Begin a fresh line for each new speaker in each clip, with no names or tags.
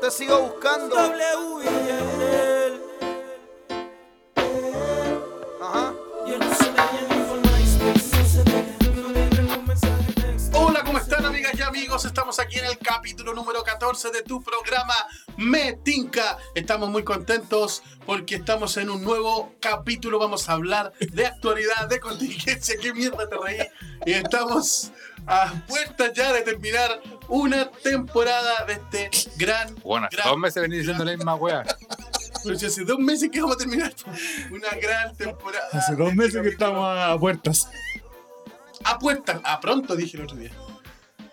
te sigo buscando.
W
Ajá.
Yo no soy ella ni con MySpace. No se ve, no le veo un mensaje next.
Hola, ¿cómo están amigas y amigos? Estamos aquí en el capítulo número 14 de tu programa Me Tinca. Estamos muy contentos porque estamos en un nuevo capítulo. Vamos a hablar de actualidad, de contingencia. ¿Qué mierda te reí? Y estamos a puertas ya de terminar una temporada de este gran...
Bueno, hace
gran-
dos meses venís diciendo la misma wea.
Pero si hace dos meses que vamos a terminar una gran temporada.
Hace
de
dos
este
meses que
capítulo.
estamos a puertas.
a puerta, a pronto dije el otro día.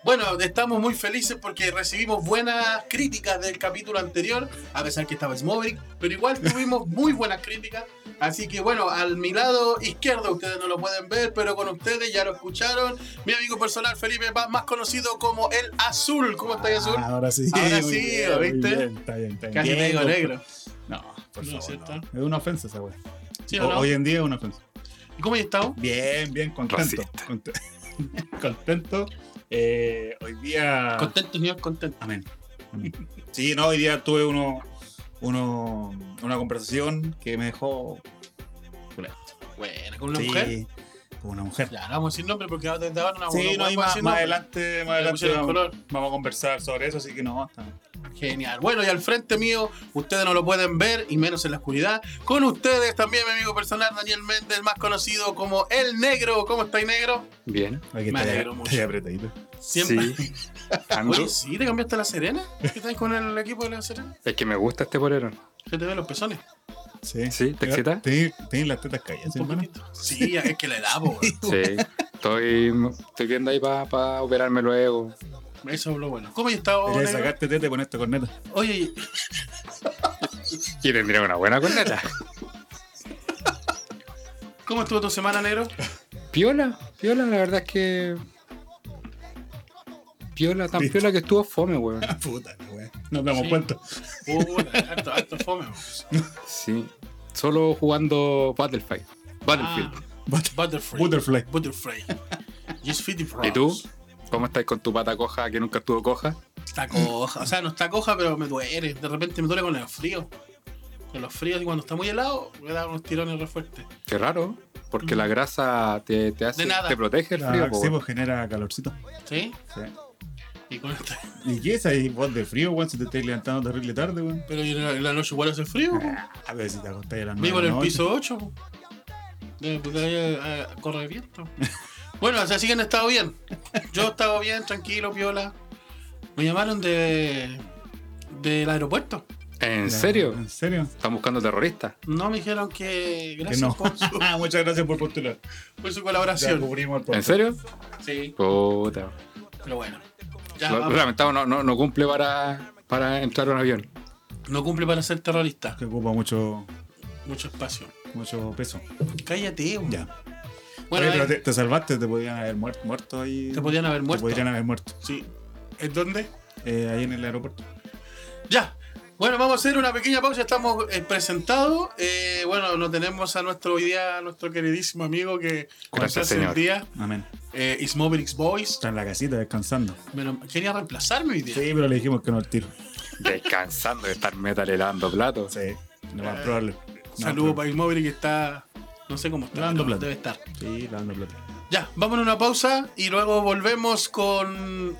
Bueno, estamos muy felices porque recibimos buenas críticas del capítulo anterior, a pesar que estaba Smobrick, pero igual tuvimos muy buenas críticas. Así que bueno, al mi lado izquierdo ustedes no lo pueden ver, pero con ustedes ya lo escucharon. Mi amigo personal Felipe, Paz, más conocido como el Azul. ¿cómo está Azul?
Ah, ahora sí.
Ahora
muy
sí,
bien,
¿lo
muy
viste?
bien, está bien, está bien.
Casi
Bien, pues.
medio
por-
negro.
No, por
No,
favor,
¿cierto?
no. Es una ofensa esa wea.
¿Sí o
O-
no?
Hoy en día es una ofensa.
¿Y ¿Cómo has estado?
Bien, bien, contento.
Racista.
Conte- contento. Eh, hoy día.
Contento, señor, contento.
Amén. Sí, no, hoy día tuve uno, uno, una conversación que me dejó.
Bueno, con una
Sí,
mujer. Ah,
Con una mujer.
Ya, no vamos a decir nombre porque ahora te daban una
Sí, no,
podemos
y más,
decir
más
nombre.
adelante, más
Le
adelante
pusieron
vamos,
color.
vamos a conversar sobre eso, así que no. está-
Genial. Bueno, y al frente mío, ustedes no lo pueden ver, y menos en la oscuridad. Con ustedes también mi amigo personal, Daniel Méndez, más conocido como El Negro. ¿Cómo estáis, Negro?
Bien.
Aquí
Me
está-
alegro
está
mucho.
apretadito.
Siempre.
Sí. Ando-
Oye, ¿sí te cambiaste a La Serena? ¿Qué estás con el equipo de La Serena?
Es que me gusta este bolero.
Que te ven los pezones.
Sí.
Sí, ¿te excita?
Tienes las tetas caídas,
Un
hermano.
poquitito. Sí, es que la edad, po, weón.
Sí. Estoy, estoy viendo ahí para operarme luego.
Eso es lo bueno. ¿Cómo has estado,
Deberías
Negro?
sacarte teta y ponerte corneta.
Oye,
Y tendría una buena corneta.
¿cómo estuvo tu semana, Negro?
Piola, piola, la verdad es que. Piola, tan
Listo.
piola que estuvo fome, weón.
Ah, Puta, la wea. Nos damos
Sí.
cuenta.
Puta, harto, harto fome, weón.
Sí. Solo jugando Battlefield. Battlefield.
Ah, Butterfly.
Butterfly.
Butterfly. Just fit it for
¿Y tú?
us.
¿Cómo estás con tu pata coja que nunca estuvo coja?
Está coja, o sea, no está coja, pero me duele. De repente me duele con los fríos. Con los fríos y cuando está muy helado, me da unos tirones re fuertes.
Qué raro, porque la grasa te, te hace,
De nada.
te protege el frío.
Ah,
po,
sí,
weón.
pues genera calorcito.
¿Sí?
Sí.
Y con esta-
¿Y qué es ahí? Vos de frío, weón, si te estás levantando terrible tarde, weón.
Pero yo en la- en la noche igual hace frío. po.
A ver si te acostás a las nueve
Vivo en
de Ah,
el
la noche.
piso 8. po. De, pues, de ahí a- a- corre viento. Bueno, o sea, sí que han estado bien. Yo he estado bien, tranquilo, piola. Me llamaron de del aeropuerto.
¿En serio?
¿En serio?
¿Están buscando terroristas?
No me dijeron que gracias
no.
por, su,
Ah, muchas gracias por postular.
por su
Ya
colaboración.
cubrimos el
¿En serio?
Sí,
Puta.
pero bueno. Ya,
Lo,
vamos.
lo lamentamos, no, no, no cumple para, para entrar a un avión.
No cumple para ser terrorista.
Que ocupa mucho,
Mucho espacio.
mucho peso.
Cállate. hombre.
Ya.
Bueno, eh,
Oye, pero
ahí-
te, te salvaste, te podían haber muerto, muerto ahí.
Te podían haber muerto.
Te podrían haber muerto.
sí. ¿En dónde?
Eh, ahí en el aeropuerto.
Ya. Bueno, vamos a hacer una pequeña pausa. Estamos eh, presentados. Eh, bueno, nos tenemos a nuestro hoy día, a nuestro queridísimo amigo que
este
Gracias,
nos hace
señor.
el día,
Amén.
eh, Ismobrix Boys.
Está en la casita descansando.
Bueno, quería reemplazarme hoy día.
Sí, pero le dijimos que no al tiro.
Descansando de estar metalelando platos.
Sí, no más probable. No,
Saludos
pero-
para Ismobrix que está. No sé cómo está.
Dando
pero
plata.
Debe estar.
Sí, lavando plata.
Ya, vamos a una pausa y luego volvemos con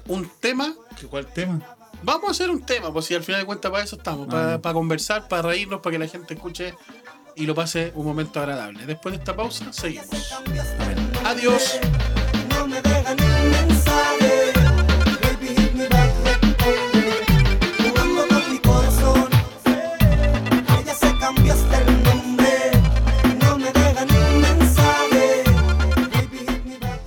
un tema
¿Qué- ¿Cuál tema?
Vamos a hacer un tema, pues si al final de cuentas para eso estamos, para,
Ah.
para conversar, para reírnos, para que la gente escuche y lo pase un momento agradable. Después de esta pausa, seguimos. Adiós.
No me dejan ni un mensaje. Baby, hit me back, recuerde. Jugando con mi corazón. Ella se cambió hasta el nombre. No me dejan ni un mensaje. Baby, hit me back.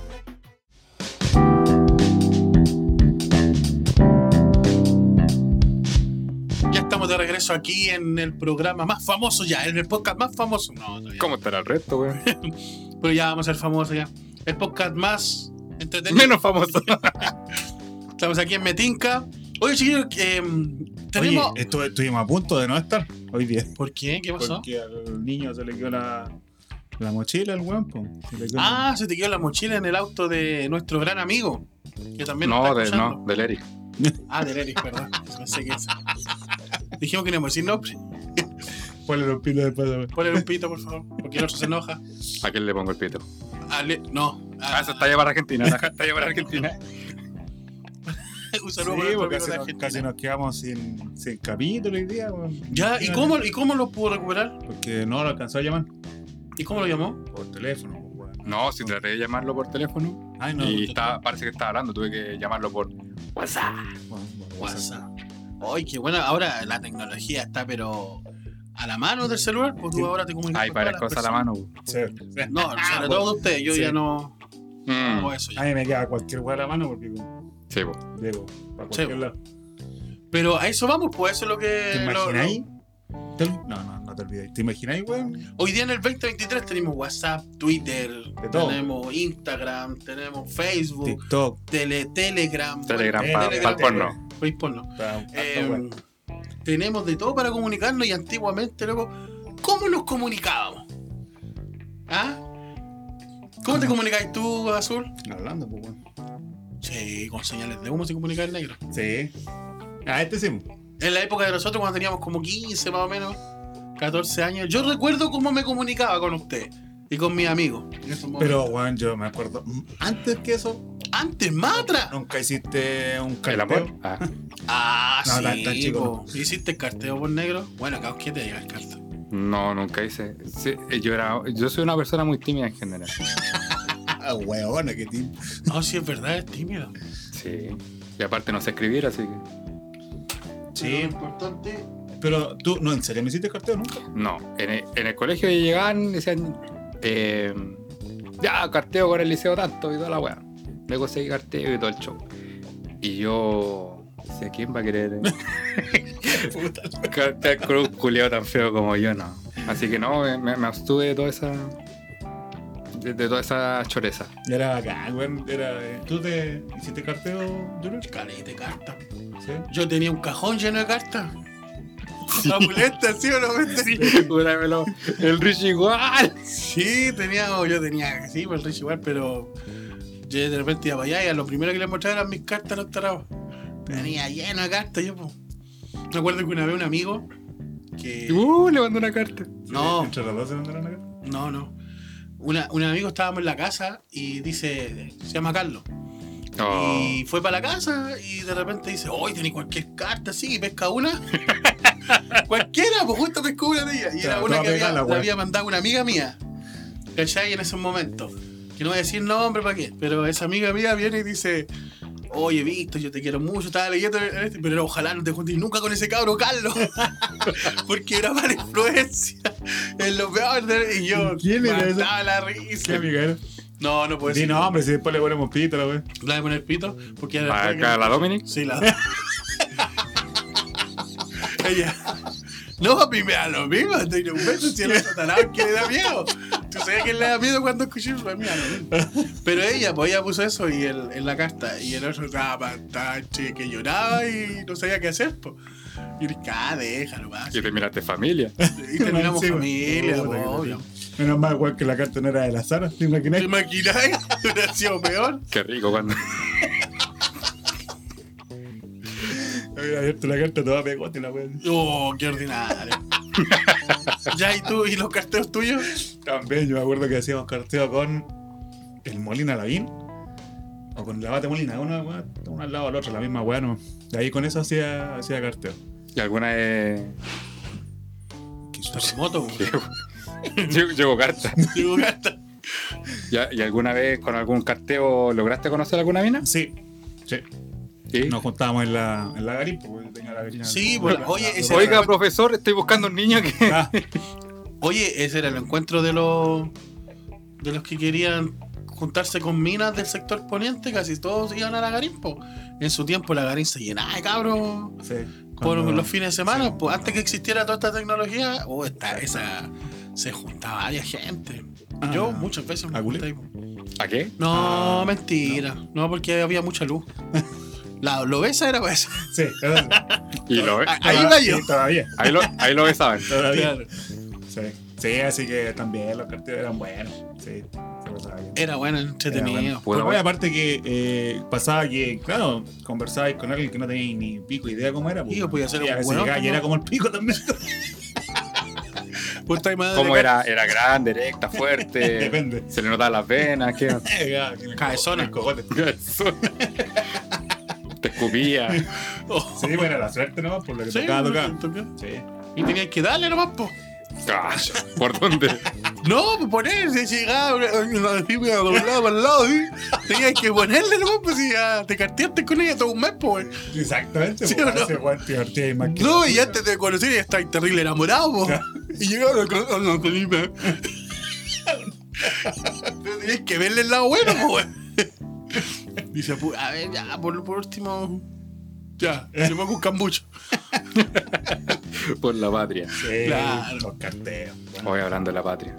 Ya estamos de regreso aquí en el programa más famoso ya, en el podcast más famoso. No, todavía no.
¿Cómo estará el resto, weón?
Pero ya vamos a ser famosos ya. El podcast más entretenido.
Menos famoso.
Estamos aquí en Metinca. Oye, chiquillos, eh,
Oye, eh,
tenemos...
estu- estuvimos a punto de no estar hoy día.
¿Por qué? ¿Qué pasó?
Porque al niño se le quedó la, la mochila al weón, po. Se le quedó-
Ah, se te quedó la mochila en el auto de nuestro gran amigo. Que también nos
No,
está
de,
escuchando.
no, del Eric.
Ah, de Leris, perdón. Pensé que- Dijimos que no íbamos a decir nombre.
Ponle los pinos después, güey.
Ponle un pito, por favor, porque el otro se enoja.
¿A quién le pongo el pito?
Ale, no.
Ah,
A-
esa talla para Argentina, esa talla para Argentina.
un
Sí,
saludo para nuestro
porque
amigo
casi,
de
nos,
Argentina.
casi nos quedamos sin, sin capítulo hoy día, güey.
Ya, ¿y cómo, ¿y cómo lo pudo recuperar?
Porque no lo alcanzó a llamar
¿Y cómo lo llamó?
por teléfono, güey.
No, si traté de llamarlo por teléfono
Ay, no.
y estaba- parece que estaba hablando, tuve que llamarlo por WhatsApp.
WhatsApp. Ay, qué buena. Ahora la tecnología está, pero a la mano del celular, pues tú ahora te comunicas.
Hay
con todas
varias
las
cosas a la
personas.
mano.
Sí.
No, sobre todo de ustedes, yo
Sí.
ya no
Mm,
hago eso. ya.
A mí me queda cualquier weá a la mano porque como,
Sí, po.
debo. Para cualquier
Sí.
lado.
Pero a eso vamos, pues eso es lo que.
¿Te
lo-
imagináis? Te ol- No, no, no te olvides. ¿Te imagináis, weón?
Hoy día en el 2023 tenemos WhatsApp, Twitter,
todo.
tenemos Instagram, tenemos Facebook,
TikTok.
tele, Telegram,
Telegram
eh,
para
Telegram,
el porno.
bueno, Facebook no.
pa- pa-
Eh,
weón.
tenemos de todo para comunicarnos y antiguamente, luego, ¿cómo nos comunicábamos? ¿Ah? ¿Cómo te
Ah.
comunicáis tú, Azul?
Hablando, pues, weón.
Sí, con señales de humo se comunicaba el negro.
Sí. Ah, este sí.
En la época de nosotros, cuando teníamos como 15 más o menos, 14 años, yo recuerdo cómo me comunicaba con usted y con mis amigos. en esos momentos.
Pero, weón, yo me acuerdo. mm, Antes que eso,
Antes, más atrás.
nunca hiciste un
¿El
carteo.
amor? Ah,
Ah,
No,
sí,
tan- tan chico
po. ¿Hiciste carteo por negro? Bueno, caos que te llega el carteo.
no, nunca hice. Sí, eh, yo, era, yo soy una persona muy tímida en general.
Ah, weón, qué tipo.
No, sí, es verdad, es tímido.
Sí. Y aparte no sé escribir, así que.
Sí.
Pero lo importante.
Pero tú, no, en serio, no hiciste carteo nunca.
No. En el, en el colegio llegaban y decían. eh, ya, carteo con el liceo tanto y toda la weá. Me conseguí carteo y todo el show. Y yo. Decía, ¿quién va a querer
Puta.
cartear con un culiao tan feo como yo? No. Así que no, me, me abstuve de toda esa. De, de toda esa choreza.
Era bacán, weón. Era. eh, ¿Tú te hiciste carteo, Junior?
Calete cartas.
Sí.
Yo tenía un cajón lleno de cartas. La muleta, ¿sí o no? Tenía-
Una vez lo- el Rich igual.
Sí, tenía, yo tenía, sí, pues el Rich igual, pero yo de repente iba para allá y a lo primero que le mostraba eran mis cartas a los tarados. Tenía lleno de cartas, yo, pues. Me acuerdo que una vez un amigo que.
Uh, le mandó una carta.
No.
Entre las dos se mandaron acá.
No, no. Una, un amigo estábamos en la casa y dice, se llama Carlos.
Oh.
Y fue para la casa y de repente dice, hoy tenés cualquier carta, sí, y pesca una. Cualquiera, pues justo pescó una de ellas. Y era
Claro,
una
toda
que había,
pegada,
la
weón.
había mandado una amiga mía. ¿Cachai? En ese momento. Que no voy a decir nombre para qué. Pero esa amiga mía viene y dice, oye, Víctor, yo te quiero mucho, estaba leyendo, este, pero ojalá no te juntes nunca con ese cabro, Carlos. Porque era mala influencia en los peores. Y yo,
¿Quién era esa?
mataba la
¿Qué
risa.
amiga era?
No, no puedo
Di
decir.
nombre, si después le ponemos pito, la weón.
La de poner pito. Porque era
Acá la Dominic.
Sí, la. Ella. No, a mí me da lo mismo. Estoy en un beso, si era satanado, que le da miedo. Tú sabes que le da miedo cuando escuché eso, a mí me da lo mismo. Pero ella, pues ella puso eso y el, en la carta. Y el otro estaba pa- tan che, que lloraba y no sabía qué hacer, pues. Y yo dije, ah, déjalo, va.
Y te miraste familia.
Y terminamos
Sí,
familia,
bueno.
po, obvio.
Menos mal, weón, que la carta no era de la Sara. ¿Te
¿Te
imaginas?
imaginas? Hubiera sido peor.
Qué rico cuando.
Había abierto la carta toda pegote, la weón.
Oh, qué ordinario. ya, ¿y tú? ¿Y los carteos tuyos?
También yo me acuerdo que hacíamos carteo con el Molina Lavín. O con la bate Molina, una weá, una al lado del otro, la misma weá, no. De ahí con eso hacía, hacía carteo.
Y alguna vez.
Terremoto, po.
Llevo llevo carta.
Llegó carta.
¿Y, a- y alguna vez con algún carteo lograste conocer alguna mina?
Sí. Sí.
Sí.
Nos juntábamos en la, en la garín, porque yo tenía la garín.
Sí, bueno, oye, ese-
Oiga, profesor, estoy buscando un niño que.
Ah,
Oye, ese era el encuentro de los de los que querían juntarse con minas del sector poniente, casi todos iban a la Garín, po. En su tiempo la Garín se llenaba de cabros
sí.
por
Cuando-
los fines de semana,
sí.
po. antes que existiera toda esta tecnología, oh, esta, esa se juntaba varias gente.
Ah.
Yo muchas veces me
¿A
junté
Gulli?
ahí, po.
¿A qué?
No,
Ah,
mentira. No. porque había mucha luz. La lobesa era para eso.
Sí,
Y lo,
Ah, Ahí iba yo.
Sí, todavía.
ahí lo, ahí lo besaban.
Todavía.
Claro.
Sí. sí, así que también los carteos eran buenos. Sí. lo pasaba bien.
Era bueno,
Era
entretenido.
bueno.
Puta,
Pero,
bueno.
aparte que eh, pasaba que, claro, conversabais con alguien que no teníais ni pico idea cómo era. pues,
Y yo podía ser
y
un
a veces
hueón,
llegaba y
¿no?
era como el pico también.
Puta y madre,
¿Cómo
ca-
era? Era grande, recta, fuerte.
Depende.
Se le notaban las venas, ¿qué?
Llegaba, tiene
Cabezona.
el cogote.
Te escupía.
Sí, bueno, era la suerte nomás, por lo que
Sí, pues,
tocaba,
bueno,
tocaba.
tocaba.
Sí.
Y tenías que darle nomás, po.
Ah, ¿Por dónde?
No, pues ponerse, llegaba una tibia doblada para el lado, ¿sí? tenías que ponerle nomás, pues y ya te carteaste con ella todo un mes, pues.
Exactamente,
¿Sí
pues,
o no?
ese weón te divertía y más que-
No, y antes de conocer ya estáis terrible enamorado, po. Y llegaba a una colina. Pero tenías que verle el lado bueno, po. weón. Dice, pu- a ver, ya, por, por último. Ya, se me un cambucho.
Por la patria.
Sí,
Claro.
los carteos. bueno.
Hoy hablando de la patria.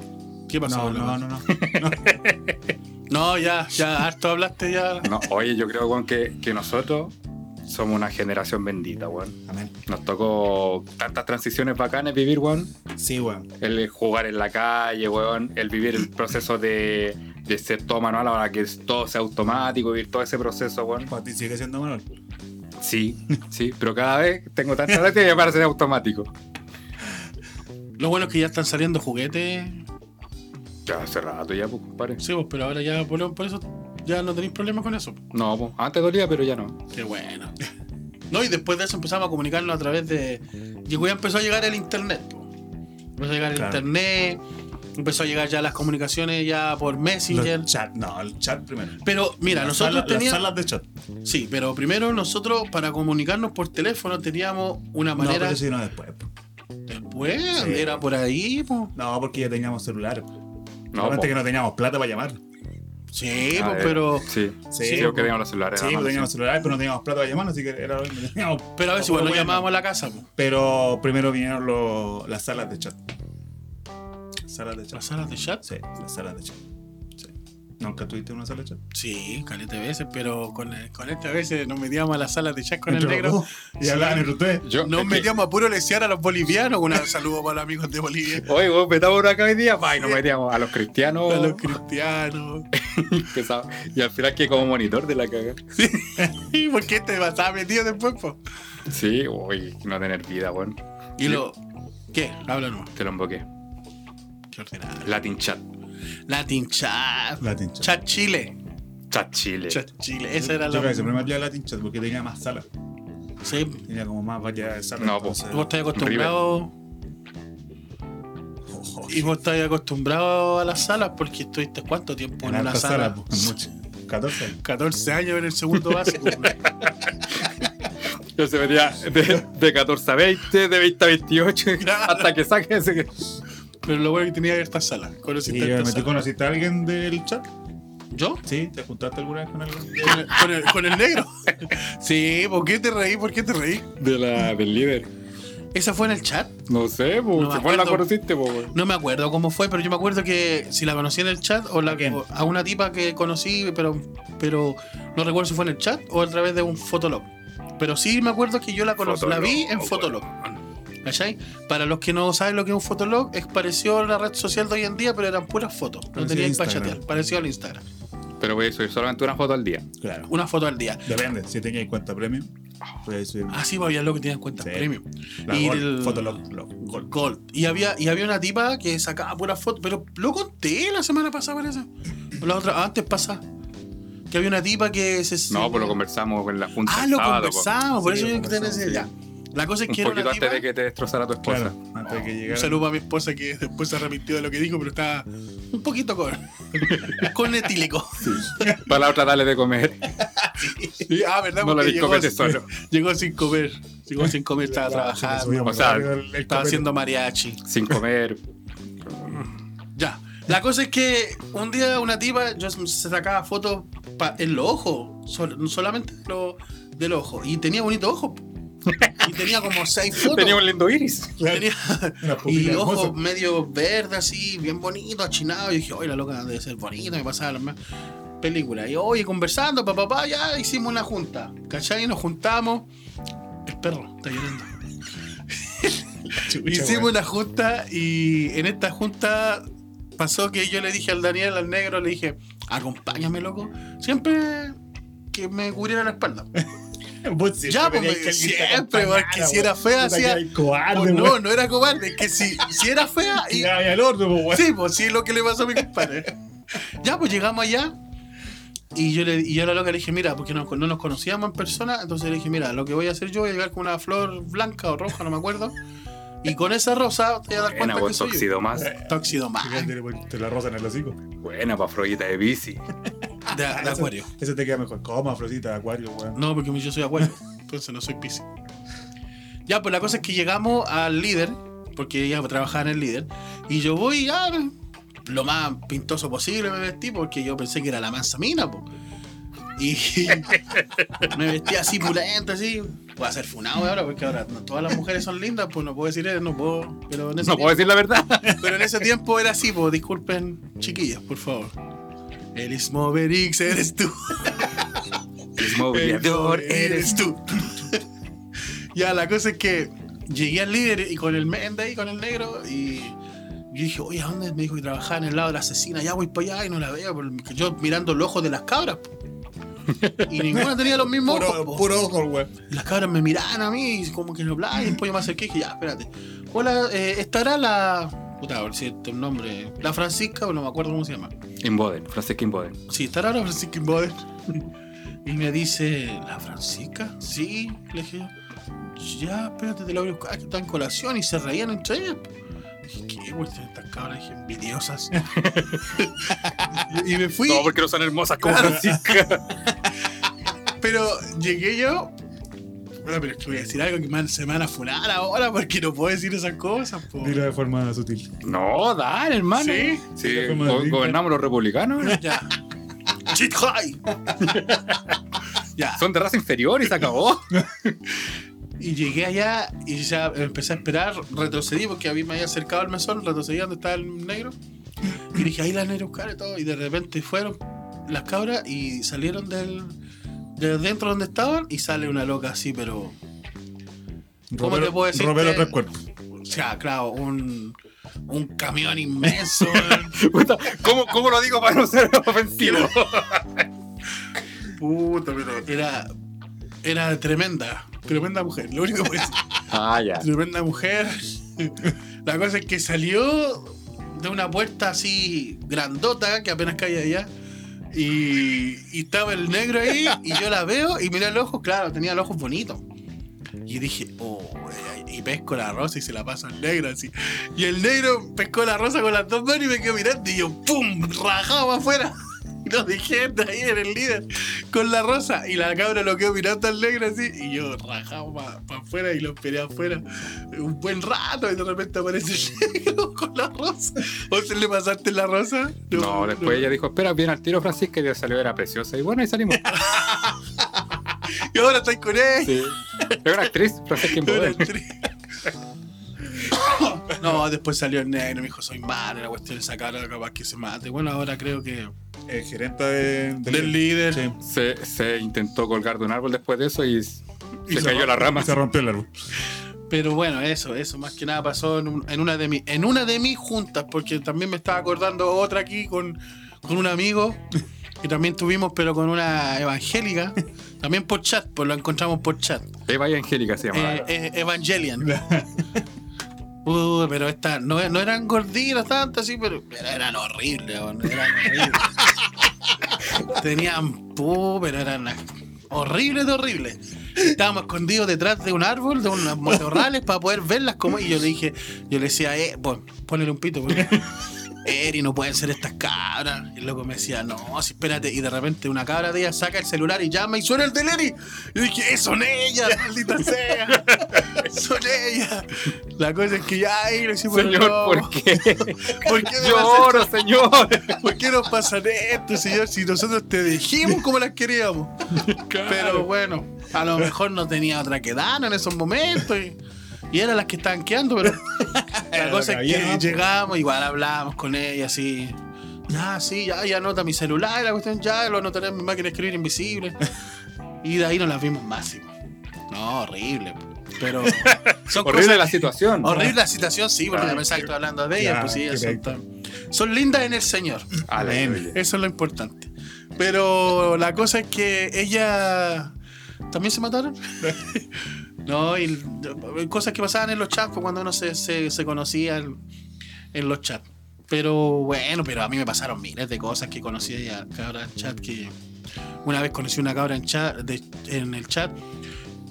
¿Qué pasó?
No,
con la
no,
cosa?
no, no.
No, ya, ya, harto hablaste ya.
No, oye, yo creo, weón, que, que nosotros somos una generación bendita, weón.
Amén.
Nos tocó tantas transiciones bacanas vivir, weón.
Sí, weón.
El jugar en la calle, weón. El vivir el proceso de, de ser todo manual ahora que es- todo sea automático, vivir todo ese proceso, weón.
Para Pues, ti sigue siendo Manuel.
Sí, sí, pero cada vez tengo tanta gracia que me parece automático.
Lo bueno es que ya están saliendo juguetes.
Ya hace rato ya, pues, compadre.
Sí, vos, pero ahora ya, por, por eso, ya no tenéis problemas con eso.
No, pues, antes dolía, pero ya no.
Qué bueno. No, y después de eso empezamos a comunicarnos a través de. Llegó ya empezó a llegar el internet. po. Empezó a llegar el
Claro.
internet. Empezó a llegar ya las comunicaciones ya por Messenger.
Los chat, no, el chat primero.
Pero mira,
Las
nosotros
salas-
teníamos.
Las salas de chat.
Sí, pero primero nosotros para comunicarnos por teléfono teníamos una
No,
manera.
pero si no después. po.
Después
Sí.
era por ahí, po.
No, porque ya teníamos celular.
No,
Solamente
po.
que no teníamos plata para llamar. Sí,
Sí,
A
po,
ver,
pero.
Sí, sí,
Sí,
creo
po.
que teníamos los celulares. en la
pues
mano,
teníamos celulares, pero no teníamos plata para llamar, así que era lo mismo. Teníamos-
Pero a veces igual nos
bueno.
llamábamos a la casa, po.
Pero primero vinieron los- las salas de chat. Salas de chat.
Las salas de chat.
Sí, las salas de chat. Sí. ¿Nunca tuviste una sala de chat?
Sí, caleta de veces, pero con, eh, con esta veces nos metíamos a las salas de chat con el
Entre los
negro.
dos, Y hablaban entre ustedes.
Yo,
Nos
es que-
metíamos a puro lesear a los bolivianos. Un saludo para los amigos de Bolivia.
Oye, vos metamos una acá hoy día, pa, y nos metíamos a los
A
cristianos.
Oh.
los cristianos.
que sab- y al final que como monitor de la caga.
¿Y por qué te estaba metido después, po?
Sí, uy, no tener vida, weón.
Y lo. ¿Qué? Habla nomás.
Te lo emboqué.
Qué ordinario.
Latin Chat.
Latin Chat.
Latin chat.
Chat Chile.
Chat Chile.
Chat Chile. Esa era
Yo creo
la.
que se me la Latin Chat porque tenía más salas.
Sí.
Tenía como más variedad de salas.
No,
entonces-
Vos estás acostumbrado.
Oh,
Y vos estás acostumbrado a las salas porque estuviste cuánto tiempo en,
en
una
altas
sala.
salas. pues, mucho. 14.
14 años en el segundo básico.
Yo se metía de, de 14 a 20, de 20 a 28,
Claro.
hasta que saque ese. que-
Pero lo bueno que tenía esta sala. Conociste
Sí,
esta
me ¿Tú
sala.
conociste a alguien del chat?
¿Yo?
Sí, ¿te juntaste alguna vez con alguien?
¿Con el, con el- con el negro? Sí, ¿por qué te reí? ¿Por qué te reí?
De la, del líder.
¿Esa fue en el chat?
No sé, pues.
No me
si vos la
acuerdo.
conociste, pues, weón.
No me acuerdo cómo fue, pero yo me acuerdo que si la conocí en el chat o la
quién?
o a una tipa que conocí, pero, pero no recuerdo si fue en el chat o a través de un Fotolog. Pero sí me acuerdo que yo la, conocí, la vi en Fotolog. ¿Cachai? Para los que no saben lo que es un Fotolog, es parecido a la red social de hoy en día, pero eran puras fotos. No
Parecido a
teníais para
Instagram.
chatear, parecido al Instagram.
Pero voy a subir solamente una foto al día.
Claro.
Una foto al día.
Depende, si tenías cuenta premium, puedes subir
Así había lo que tenían cuentas
Sí.
premium.
la
y
gol,
el-
Fotolog, log, gol.
Gold. Y había, y había una tipa que sacaba puras fotos, pero lo conté la semana pasada, parece. O La otra, antes pasada. Que había una tipa que se.
No, pues lo conversamos en la junta.
Ah,
el
lo
sábado, po.
conversamos, por
Sí,
eso
lo
yo que tenés
conversamos,
ya. La cosa es
Un
que era
poquito
una
antes
tipa.
de que te destrozara tu esposa.
Claro, antes de que
Un
llegara.
saludo para mi esposa que después se arrepintió de lo que dijo, pero estaba un poquito con. con etílico.
Para la otra, dale de comer.
Sí, ah, ¿verdad?
No lo
Porque llegó,
discopete solo.
llegó sin comer. Llegó sin comer, estaba trabajando.
o sea,
Estaba haciendo mariachi.
Sin comer.
Ya. La cosa es que un día una tipa yo se sacaba fotos pa- en los ojos, sol- no solamente de lo, del ojo. Y tenía bonito ojo. Y tenía como seis fotos.
Tenía un lindo iris.
Tenía-
Una
y
pupila
ojos
hermosa.
medio verde así, bien bonito, achinado. Y dije, oye, la loca debe ser bonita, me pasaba las más películas. Y oye, conversando, papá, papá, ya hicimos una junta. ¿Cachai? Nos juntamos. El perro está llorando.
Chucha,
Hicimos
weón.
una junta y en esta junta pasó que yo le dije al Daniel, al negro, le dije, acompáñame, loco. Siempre que me cubriera la espalda.
Vos siempre
Ya, pues,
querías que alguien te
siempre,
acompañara,
porque
weón.
si era fea,
Puta,
hacía-
que era cobarde,
Pues no,
weón.
no era cobarde, es que si, si era fea y,
Ah, Ya, ya, el horno, pues, weón.
Sí, pues sí, es lo que le pasó a mi compadre. ya, pues llegamos allá. Y yo, le, y yo a la loca le dije, mira, porque no, no nos conocíamos en persona, entonces le dije, mira, lo que voy a hacer yo voy a llegar con una flor blanca o roja, no me acuerdo. Y con esa rosa te voy a dar
Buena,
cuenta que
vos
soy Eh.
tóxido más.
yo. Tóxido más.
Fíjate, weón, Te la rozan el hocico.
Buena, pa' Froguita de bici.
De, de
Ese-
acuario.
Ese te queda mejor. Coma, Afrodita, de acuario, weón.
No, porque yo soy acuario, entonces no soy piscis. Ya, pues la cosa es que llegamos al líder, porque ella trabajaba en el líder, y yo voy ya lo más pintoso posible me vestí, porque yo pensé que era la mansa mina, po. Y me vestí así pulenta, así. Voy a ser funado ahora, porque ahora no todas las mujeres son lindas, pues no puedo decir eso, no puedo. Pero en ese
No puedo decir la verdad.
pero en ese tiempo era así, pues disculpen, chiquillas, por favor. Eres Moverix, eres tú.
El mobiliador eres tú.
ya, la cosa es que llegué al líder y con el men de ahí, con el negro, y yo dije, oye, ¿a dónde? Me dijo que trabajaba en el lado de la asesina, ya voy para allá y no la veo, porque yo mirando los ojos de las cabras. po. Y ninguna tenía los mismos ojos.
Puro,
po.
puro ojo, weón.
Y las cabras me miraban a mí y como que no hablaban. Y después yo me acerqué y dije, ya, espérate. Hola, eh, ¿estará la. Puta, a ver si este nombre. La Francisca o no me acuerdo cómo se llama.
Inboden, Francisco Inboden.
Sí, está raro Francisca Inboden. Y me dice, ¿la Francisca? Sí, le dije yo. Ya, espérate, te la voy a buscar, Ah, que están en colación y se reían entre ellas. Dije, ¿qué, güey? Estas cabras, dije, envidiosas. y me fui,
No, porque no son hermosas como Francisca.
pero llegué yo. Bueno, pero es que voy a decir algo que me van- se me van a funar ahora porque no puedo decir esas cosas, po.
Dilo de forma sutil.
No, dale, hermano.
¿Sí?
Sí,
Fue
go-
Madrid.
gobernamos los republicanos. ¿no?
Ya. Chit high. ya.
Son de raza inferior y se acabó.
Y llegué allá y ya empecé a esperar, retrocedí porque a mí me había acercado el mesón, retrocedí donde estaba el negro. Y dije, ahí las negras buscar y todo. Y de repente fueron las cabras y salieron del, de dentro donde estaban y sale una loca así, pero... ¿Cómo
Romero-
te puedo decir
Romero
que-
tres cuerpos.
O sea, claro, un, un camión inmenso. weón.
Puta, ¿Cómo, ¿Cómo lo digo para no ser ofensivo?
Puta, pero era, era tremenda, tremenda mujer. Lo único que puedo decir.
Ah, ya.
Tremenda mujer. La cosa es que salió de una puerta así grandota que apenas caía allá. Y, y estaba el negro ahí y yo la veo y miré el ojo, claro, tenía los ojos bonitos. Y dije, oh, eh, y pesco la rosa y se la paso al negro así. Y el negro pescó la rosa con las dos manos y me quedó mirando y yo, ¡pum! Rajaba afuera. Y Lo dejé de ahí en el líder con la rosa y la cabra lo quedó mirando al negro así y yo rajaba para afuera y lo esperé afuera un buen rato y de repente aparece el negro con la rosa. ¿O se le pasaste la rosa?
No, después ella dijo, espera, bien al tiro Francisca y ya salió, era preciosa. Y bueno, ahí salimos.
Y ahora estáis con él.
Sí. Es una actriz, Francisca Inboden.
No, después salió el negro, me dijo, soy malo, la cuestión de sacar a capaz que se mate. Bueno, ahora creo que...
El gerente de, del-
Del líder.
Sí.
Se, se intentó colgar de un árbol después de eso y s-
Y
se cayó la rama.
Se rompió el árbol.
Pero bueno, eso, eso más que nada pasó en, un- en una de mis en una de mis juntas, porque también me estaba acordando otra aquí con, con un amigo que también tuvimos, pero con una evangélica, también por chat, pues lo encontramos por chat.
Eva y Angélica se llamaba.
Eh, eh, Evangelion. Uh, pero estas no, no eran gorditas tanto así, pero, pero eran horribles, weón, eran horribles. Tenían pu, pero eran las- horribles de horribles. Estábamos escondidos detrás de un árbol, de unos matorrales para poder verlas como. Y yo le dije, yo le decía, eh, pon- ponele un pito, porque Eri, no pueden ser estas cabras. Y el loco me decía, no, sí, espérate. Y de repente una cabra de ella saca el celular y llama y suena el del Eri. Y dije, "Eh, son ellas, maldita sea. Son ellas. La cosa es que ya ahí lo hicimos.
Señor,
no.
¿por qué?
¿Por qué me vas a
Lloro, señor.
¿Por qué nos pasan esto, señor? Si nosotros te dijimos como las queríamos. Pero bueno, a lo mejor no tenía otra que darnos en esos momentos. Y, y eran las que estaban quedando, pero la cosa
Era lo
es
que había,
que
¿no?
llegamos, igual hablábamos con ella, así. Ah, sí, ya, ya anota mi celular, la cuestión ya, lo anotaré en mi máquina de escribir invisible. Y de ahí no las vimos más. sí. No, horrible. Pero son
Horrible
cosas
la
que-
situación.
Horrible la situación, sí, porque
Ay,
yo pensaba que
qué-
estoy hablando de ella,
ya,
pues sí,
qué
ellas son
recto.
tan- Son lindas en el Señor.
Aleluya.
Eso es lo importante. Pero la cosa es que ella también se mataron. no, y l- cosas que pasaban en los chats pues, cuando uno se, se, se conocía en, en los chats. Pero bueno, pero a mí me pasaron miles de cosas que conocí a cabra en chat que una vez conocí una cabra en chat de- en el chat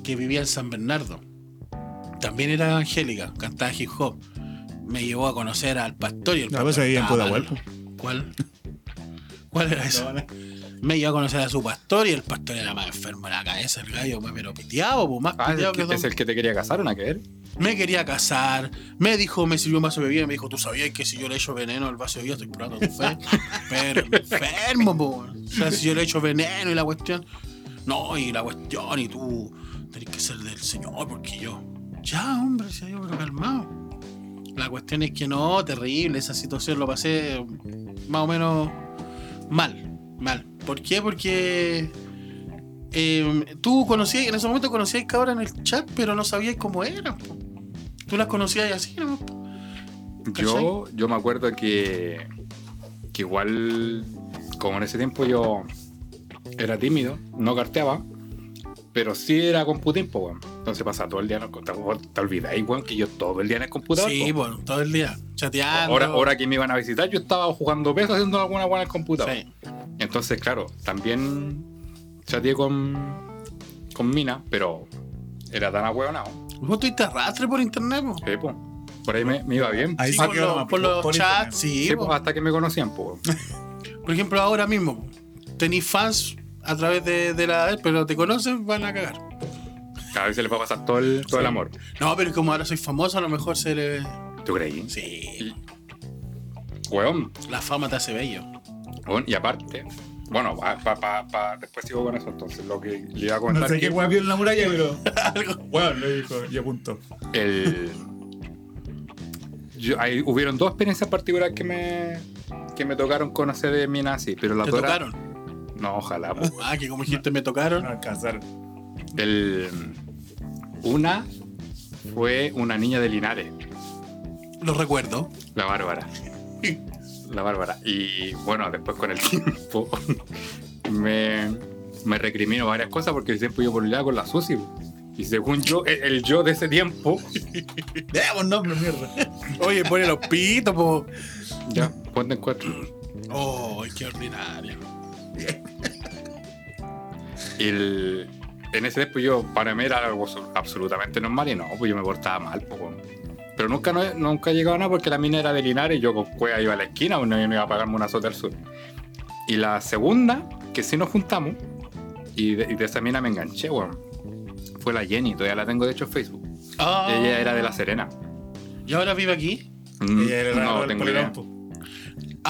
que vivía en San Bernardo. También era evangélica, cantaba hip hop. Me llevó a conocer al pastor y el
La
pastor
cosa vivía en
estaba
Pudahuel, pues.
malo. ¿Cuál? ¿Cuál era eso? Me iba a conocer a su pastor y el pastor era más enfermo de la cabeza, el gallo, pues, pero piteado, pues, más
Ah, es
piteado
el
que
que,
don-
es el que te quería casar, una que él.
Me quería casar, me dijo, me sirvió un vaso de bebida, me dijo, ¿tú sabías que si yo le echo veneno al vaso de bebida estoy curando tu fe? Pero enfermo, pues. O sea, si yo le echo veneno y la cuestión. No, y la cuestión, y tú tenés que ser del Señor, porque yo. Ya, hombre, se yo, pero calmado. La cuestión es que no, terrible, esa situación lo pasé más o menos mal, mal. ¿Por qué? Porque eh, tú conocías, en ese momento conocías cabras en el chat, pero no sabías cómo eran. po. Tú las conocías así, ¿no? po.
Yo, yo me acuerdo que, que igual, como en ese tiempo yo era tímido, no carteaba, pero sí era computín, po, weón. Entonces pasaba todo el día en el computador. Te olvidáis, weón, que yo todo el día en el computador.
Sí,
po.
bueno, todo el día, chateando.
Ahora, ahora que me iban a visitar, yo estaba jugando peso haciendo alguna buena en el computador.
Sí.
Entonces, claro, también chateé con, con Mina, pero era tan ahueonado.
Vos tuviste arrastre por internet, po.
Sí, po. Por ahí me, me iba bien.
Ahí
Sí,
se
por,
quedó
los-
nomás,
por los
por
chats,
internet.
sí,
Sí,
po.
po, hasta que me conocían, po, weón.
Por ejemplo, ahora mismo, tenéis fans a través de, de la pero te conocen, van a cagar.
A veces les va a pasar todo el, todo el amor.
No, pero como ahora soy famoso, a lo mejor se le.
¿Tú creí?
Sí,
Weón,
la fama te hace bello.
weón, y aparte, bueno, pa, pa, pa, pa- después sigo con eso, entonces lo que le iba a
No
comentar
sé
que
qué weón vio en la muralla, pero. Algo. Weón, le dijo, y apuntó.
el, yo- ahí hubieron dos experiencias particulares que me, que me tocaron conocer de mi nazi, pero la
Te
otra-
tocaron.
No, ojalá. po.
Ah, que como dijiste, me tocaron.
No alcanzaron.
El, una fue una niña de Linares,
Lo recuerdo.
la Bárbara. La Bárbara. Y bueno, después con el tiempo me, me recrimino varias cosas porque siempre yo por un lado con la Susi. Y según yo, el, el yo de ese tiempo,
Demos nombre, mierda.
Oye, pone los pitos, po.
ya, ponte en cuatro.
Oh, qué ordinario.
El, en ese tiempo yo, para mí era algo so- absolutamente normal y no, pues yo me portaba mal. po, weón. Pero nunca, no, nunca llegaba a nada porque la mina era de Linares y yo con cueva iba a la esquina, pues, no no iba a pagarme una sota al sur. Y la segunda, que sí nos juntamos, y de, y de esa mina me enganché, weón. Fue la Jenny, todavía la tengo de hecho en Facebook.
Ah.
Ella era de La Serena.
¿Y ahora vive aquí?
Mm,
Ella era
no,
la del
tengo idea.
polerón, po.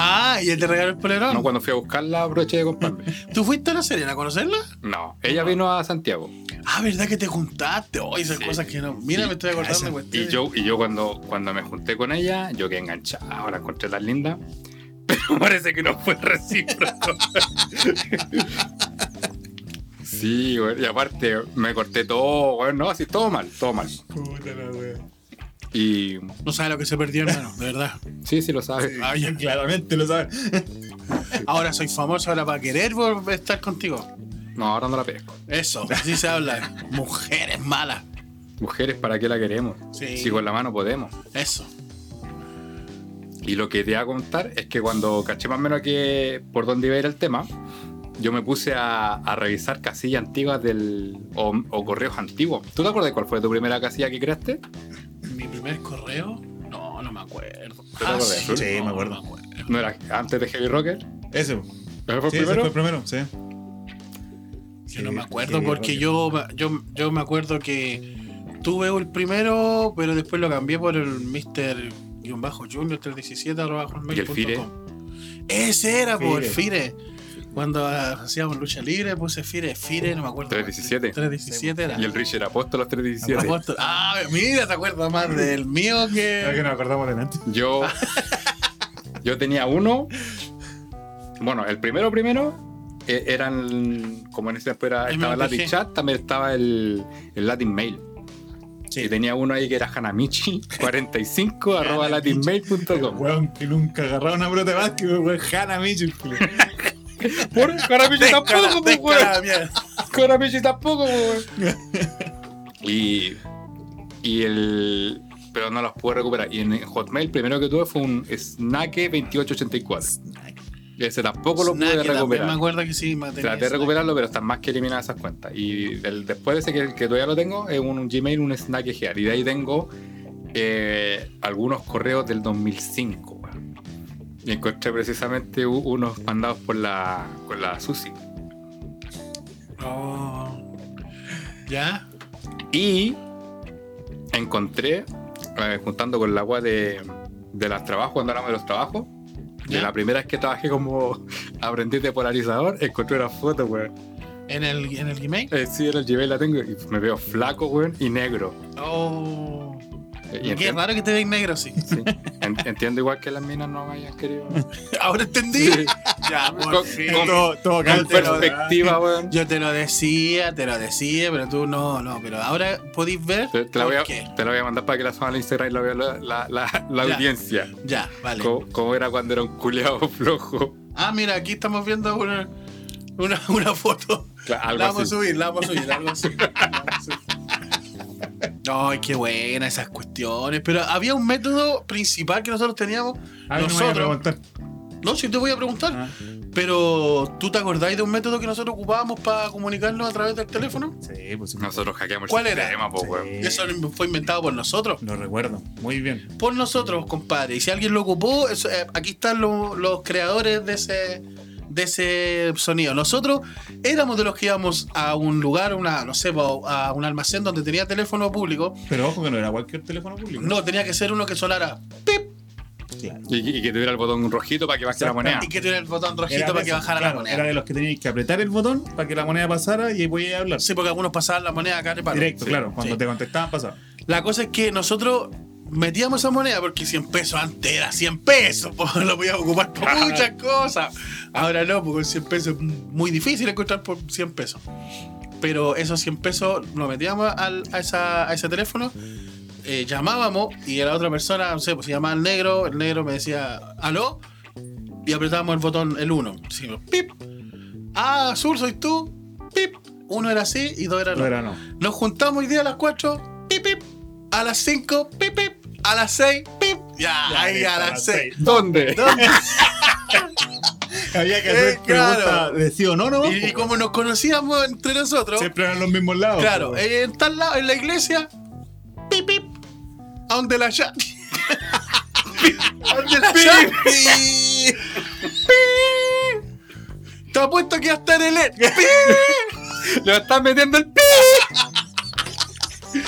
Ah, y él te regaló el polerón.
No, cuando fui a buscarla, broche de comprarme.
¿Tú fuiste a la Serena a conocerla?
No, ella vino a Santiago.
Ah, ¿verdad que te juntaste? Oye, esas
Sí.
cosas que no. Mira,
Sí.
me estoy acordando de
Y
cuestiones.
yo, y yo cuando, cuando me junté con ella, yo quedé enganchado, la encontré tan linda. Pero parece que no fue recíproco. sí, güey, y aparte me corté todo, güey, no, así todo mal, todo mal.
Puta la wea.
Y
No sabes lo que se perdió, hermano, de verdad.
sí, sí lo sabes.
Ah, ya, claro.
Claramente lo saben.
Ahora soy famoso, ahora para querer volver a estar contigo.
No, ahora no la pesco.
Eso, así se habla. Mujeres malas.
Mujeres, ¿para qué la queremos?
Sí.
Si con la mano podemos.
Eso.
Y lo que te iba a contar es que cuando caché más o menos que por dónde iba a ir el tema, yo me puse a, a revisar casillas antiguas del, o, o correos antiguos. ¿Tú te acuerdas cuál fue tu primera casilla que creaste?
Mi primer correo. No, no me acuerdo.
te acuerdas?
Sí, me acuerdo.
no Ah, me acuerdo.
¿No era antes de Heavy Rocker?
Ese. po.
¿Ese fue el
Sí, ese
primero?
fue el primero, sí.
Yo no me
Sí,
acuerdo
sí,
porque
Roger.
yo, yo, yo me acuerdo que tuve el primero, pero después lo cambié por el Mr. guión bajo Junior 317 arroba
¿Y el Fire?
hotmail.com. Ese era por
Fire.
Fire. Cuando hacíamos lucha libre puse Fire, Fire, no me acuerdo.
317.
317 era.
Y el Richard Apóstol los 317.
Apóstol. Ah, mira, te acuerdas más del mío
Creo que
que.
nos acordamos de antes.
Yo, yo tenía uno. Bueno, el primero, primero, eh, eran como en ese tiempo era, estaba
MLPG.
el Latin Chat, también estaba el, el Latin Mail.
Sí.
Y tenía uno ahí que era hanamichi45 arroba latinmail.com.
Weón, que nunca agarraba una pelota de básquet, weón. Hannah Mitchell, culiao.
Por Hanamichi tampoco, pues,
Descarada
weón.
mierda.
Hanamichi tampoco, pues, weón. Y. Y el. Pero no los pude recuperar. Y en Hotmail, primero que tuve fue un Snake 2884. Ese tampoco lo
Snack,
pude
también Me
recuperar.
acuerdo que sí, me tenía
Traté de
snack.
recuperarlo, pero están más que eliminadas esas cuentas. Y del- después de ese que, que todavía lo tengo, es un, Gmail, un Snackegear. Y de ahí tengo eh, algunos correos del 2005. weón. Y encontré precisamente u- unos mandados por la, con la Susi.
Oh. ¿Ya?
Y encontré, eh, juntando con la agua de, de los trabajos, cuando hablamos de los trabajos, de
¿Ya?
la primera vez que trabajé como aprendiz de polarizador, encontré una foto, weón.
¿En el, en el Gmail?
Eh, sí, era el Gmail, la tengo, y me veo flaco, weón, y negro.
Oh.
Eh, y
Qué
entiendo-
raro que te veis negro así.
Sí. En- Entiendo igual que las minas no me hayan querido.
Ahora entendí. Ya, por
Con-
fin.
con-
Todo, todo
Con
cálculo, ¿verdad?
perspectiva, weón.
Yo te lo decía, te lo decía, pero tú no, no. Pero ahora podéis ver
Te, te la voy a,
por qué.
te la voy a mandar para que la suban al Instagram y la vea la, la, la- la
Ya.
audiencia.
Ya, vale.
Como, como era cuando era un culeado flojo.
Ah, mira, aquí estamos viendo una, una, una foto.
Cla- algo
La vamos
así.
a subir, la vamos a subir, algo así. La vamos a subir. Ay, qué buena esas cuestiones. Pero había un método principal que nosotros teníamos.
Ah, no me voy a
nosotros.
preguntar.
No, si te voy a preguntar.
Ah,
Pero, ¿tú te acordáis de un método que nosotros ocupábamos para comunicarnos a través del teléfono?
sí, pues sí.
Nosotros hackeamos
¿Cuál
el
era?
sistema, po, weón.
Sí.
Eso fue inventado por nosotros.
Lo recuerdo. Muy bien.
Por nosotros, compadre. Y si alguien lo ocupó, eso, eh, aquí están lo- los creadores de ese, de ese sonido. Nosotros éramos de los que íbamos a un lugar, una, no sé, po, a un almacén donde tenía teléfono público.
Pero ojo que no era cualquier teléfono público.
No, tenía que ser uno que sonara pip
Claro.
Y, y que tuviera el botón rojito para que baje la moneda.
y que tuviera el botón
Era
rojito
de
para que
esos,
bajara
claro,
la moneda.
Era de los que teníais que apretar el botón para que la moneda pasara y ahí podías hablar.
Sí, porque algunos pasaban la moneda acá de palo.
Directo,
Sí,
claro. Cuando
sí.
te contestaban, pasaba.
La cosa es que nosotros metíamos esa moneda porque 100 pesos antes era 100 pesos, po, lo podíamos ocupar por muchas cosas. Ahora no, porque con 100 pesos es muy difícil encontrar por 100 pesos. Pero esos 100 pesos lo metíamos al- a, esa- a ese teléfono, eh, llamábamos y la otra persona, no sé, pues se llamaba el negro, el negro me decía, ¿aló? Y apretábamos el botón, el 1. pip. Ah, Azul, soy tú. Pip. Uno era así y dos era
No
no.
era no.
Nos juntamos hoy día a las 4, pip, pip, a las 5, pip, pip, a las 6, pip, ya,
Ya,
ahí
listo,
a
a
las
las
6.
¿Dónde?
Había que
Eh,
hacer
claro.
preguntas de sí o no, ¿no?
Y como nos conocíamos entre nosotros,
Siempre eran los mismos lados.
claro,
pues.
eh, en tal lado, en la iglesia, pip, pip, a donde la ya. A donde la ya. Pip. Pip. Te apuesto que hasta en el E. Pip.
Le están metiendo el pi.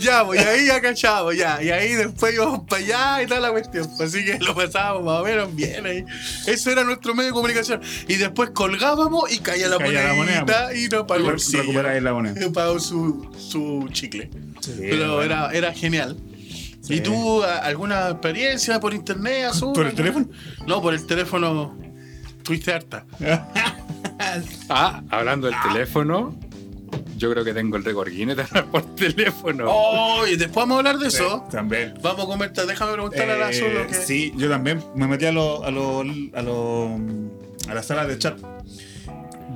Ya, pues, y ahí ya cachamos, ya. Y ahí después íbamos para allá y toda la cuestión. Pues, Así que lo pasábamos más o menos bien ahí. Eso era nuestro medio de comunicación. Y después colgábamos y caía la,
Caía la
monedita
moneda, pues.
y no
Re-
pagó el sillo.
Recuperáis la moneda.
Pagó su, su chicle.
Sí,
Pero
bueno.
era, era genial.
Sí.
¿Y tú a- alguna experiencia por internet, Azul?
¿Por el teléfono?
No, por el teléfono. Tuviste harta.
Ah, hablando del teléfono, yo creo que tengo el récord Guinness de hablar por teléfono.
Oh, y después vamos a hablar de eso.
Sí, También.
Vamos a comentar. Déjame preguntarle a
Eh,
la Azul lo que.
Sí, yo también me metí a los a los a los a las salas de chat.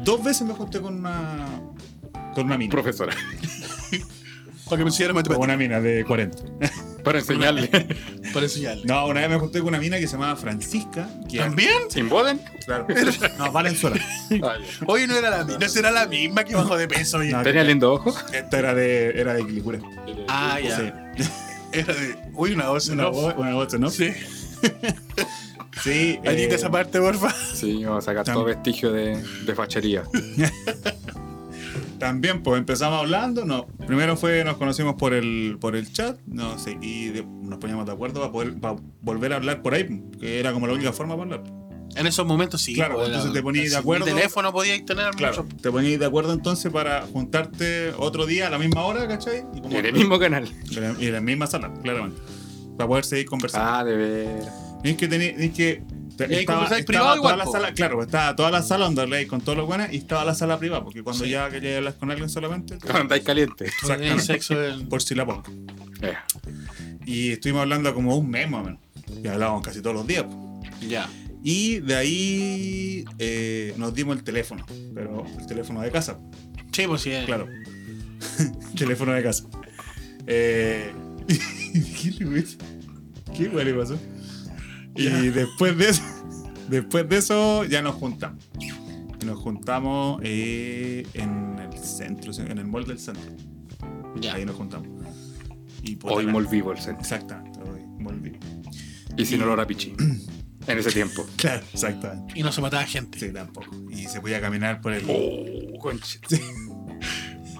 Dos veces me junté con una con una mina.
Profesora,
Para que me hicieran
Con
matemáticas.
una mina de 40.
para enseñarle.
Para enseñarle.
No, una vez me junté con una mina que se llamaba Francisca. Que
¿También?
¿Sin boden?
Claro. No, Valenzuela.
Ah,
Hoy no era la misma, no será la misma que bajó de peso. oye.
No,
¿Tenía lindo ojo?
Esta era de era de Quilicura.
ah, ya.
Sí.
Era de, uy, una voz,
Una
¿no?
voz, una voz, ¿no?
Sí.
Sí.
Edita
eh,
esa parte, porfa.
Sí, vamos a sacar todo
Tam-
vestigio de, de fachería.
También, pues empezamos hablando. No, primero fue, nos conocimos por el, por el chat, no sé, y de- nos poníamos de acuerdo para poder para volver a hablar por ahí, que era como la única forma para hablar.
En esos momentos sí.
Claro,
pues,
entonces
era-
te ponías de
sin
acuerdo.
teléfono podíais tener
Claro,
mucho.
te ponías de acuerdo entonces para juntarte otro día a la misma hora, ¿cachai? Y, como-
En el mismo canal.
Y en la- y en la misma sala, claramente. Para poder seguir conversando.
Ah, de ver.
Tienes que tener, tienes que Te-
Y ahí
estaba,
conversáis
estaba
privado
toda
igual,
la
po.
sala, claro, estaba toda la sala donde habláis con todos los buenos y estaba la sala privada, porque cuando
Sí.
ya quería hablar con alguien solamente,
Cuando andáis caliente.
El sexo del-
por si la pongo.
Eh,
Y estuvimos hablando como un mes más o menos, y hablábamos casi todos los días. po.
Ya.
Y de ahí eh, nos dimos el teléfono, pero el teléfono de casa,
Sí, pues sí. eh.
claro. teléfono de casa. Eh, ¿Qué le pasó? ¿Qué weá le pasó? Y después de eso, después de eso ya nos juntamos. Nos juntamos eh, en el centro, en el mall del centro.
Ya.
Ahí nos juntamos. Y puta
hoy
la-
molvivo el centro.
Exactamente, hoy mall vivo.
Y sin olor a pichín. En ese tiempo.
Claro, exactamente.
Y no se mataba gente.
Sí, tampoco. Y se podía caminar por el.
Oh, conche.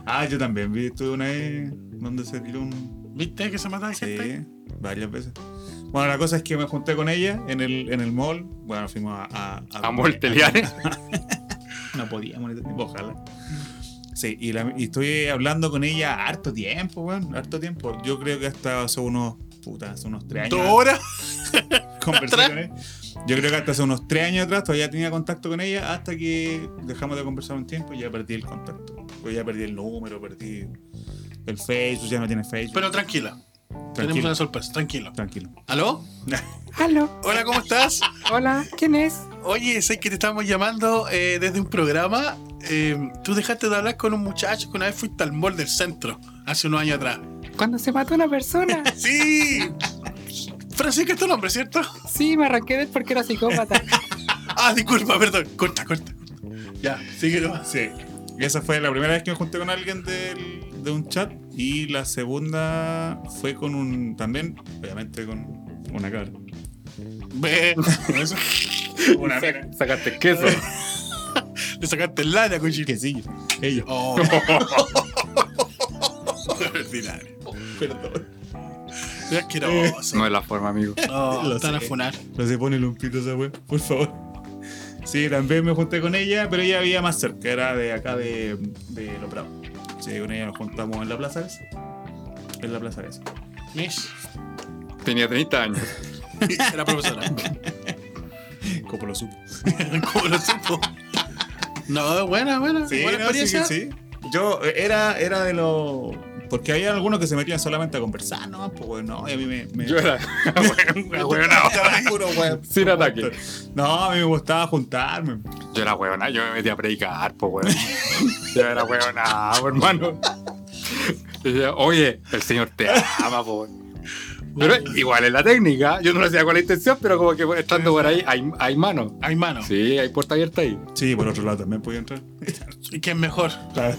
Ah, yo también vi, estuve una vez donde se tiró un,
¿Viste que se mataba gente?
Sí, varias veces. Bueno, la cosa es que me junté con ella en el, en el mall. Bueno, fuimos a. A, a-
A Molteliares.
No podíamos, ojalá. Sí, y, la- y estoy hablando con ella harto tiempo, weón. Harto tiempo. Yo creo que hasta hace unos. Puta, hace unos tres años.
¿Dos horas?
Conversé con ella. Yo creo que hasta hace unos tres años atrás todavía tenía contacto con ella hasta que dejamos de conversar un tiempo y ya perdí el contacto. Yo ya perdí el número, perdí el Facebook, ya no tiene Facebook.
Pero tranquila. Tenemos
tranquilo,
una sorpresa. Tranquilo.
tranquilo.
¿Aló?
Aló,
Hola, ¿cómo estás?
hola, ¿quién es?
Oye, sé que te estamos llamando eh, desde un programa. Eh, tú dejaste de hablar con un muchacho que una vez fuiste al mall del centro, hace unos años atrás.
Cuando se mató una persona.
¡Sí! Francisca es tu nombre, ¿cierto?
Sí, me arranqué de él porque era psicópata.
Ah, disculpa, perdón. Corta, corta. Ya, sigue nomás.
Sí. Y esa fue la primera vez que me junté con alguien del- de un chat. Y la segunda fue con un. También, obviamente, con una cara.
Ve,
Con eso. Una cara.
Sacaste queso.
le sacaste el lana, cochino.
Que sí, ella.
Oh, ordinario.
Perdón.
Qué asqueroso.
No es la forma, amigo.
Oh,
Lo
están a
sé.
funar.
No se pone lumpito esa wea, por favor. Sí, también me junté con ella, pero ella vivía más cerca, era de acá de, de Lo Prado. Sí, con ella nos juntamos en la plaza esa. En la plaza esa.
Mish.
Tenía 30 años.
Era profesora.
Como lo supo.
¿Cómo lo supo? No, buena, buena.
Sí,
buena
no, sí,
experiencia.
sí. Yo eh, era, era de los. Porque había algunos que se metían solamente a conversar, ¿no? Pues bueno, no, y a mí me. me
Yo era. hueonao.
Puro, weón.
Sin ataque.
No, a mí me gustaba juntarme.
Yo era hueona, yo me metí a predicar, po, weón. Yo era hueona, po, hermano. Yo decía, Oye, el señor te ama, po. weón". Pero igual es la técnica. Yo no lo hacía con la intención, pero como que estando por ahí hay, hay mano.
Hay mano.
Sí, hay puerta abierta ahí.
Sí, por otro lado también podía entrar.
¿Y ¿Qué es mejor?
Claro.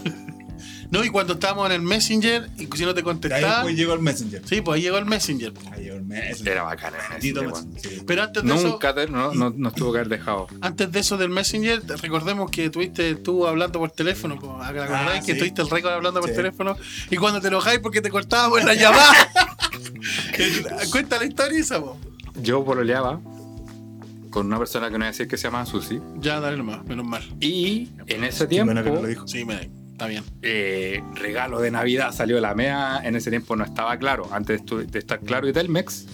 No, y cuando estábamos en el Messenger, y si no te
Y Ahí
contestaba.
después llegó el Messenger.
Sí, pues ahí llegó el Messenger.
Ahí llegó el Messenger.
Era bacana.
Maldito
weón.
Messenger. Sí.
Pero antes de
Nunca te- no, no, no estuvo que haber dejado.
eso, antes de eso del Messenger, te- recordemos que tuviste tú hablando por teléfono, como, ¿te acordás
Ah,
que
sí.
tuviste el récord hablando por
Sí.
teléfono y cuando te enojáis porque te cortábamos la llamada. Que- Cuenta la historia esa, pues. po.
Yo pololeaba con una persona que no voy a decir que se llamaba Susi.
Ya, dale nomás, menos mal.
Y en ese
Qué
tiempo.
bueno que no lo dijo.
Sí, me está bien.
eh, regalo de Navidad salió la MEA, en ese tiempo no estaba claro, antes de estu- de estar claro y Telmex,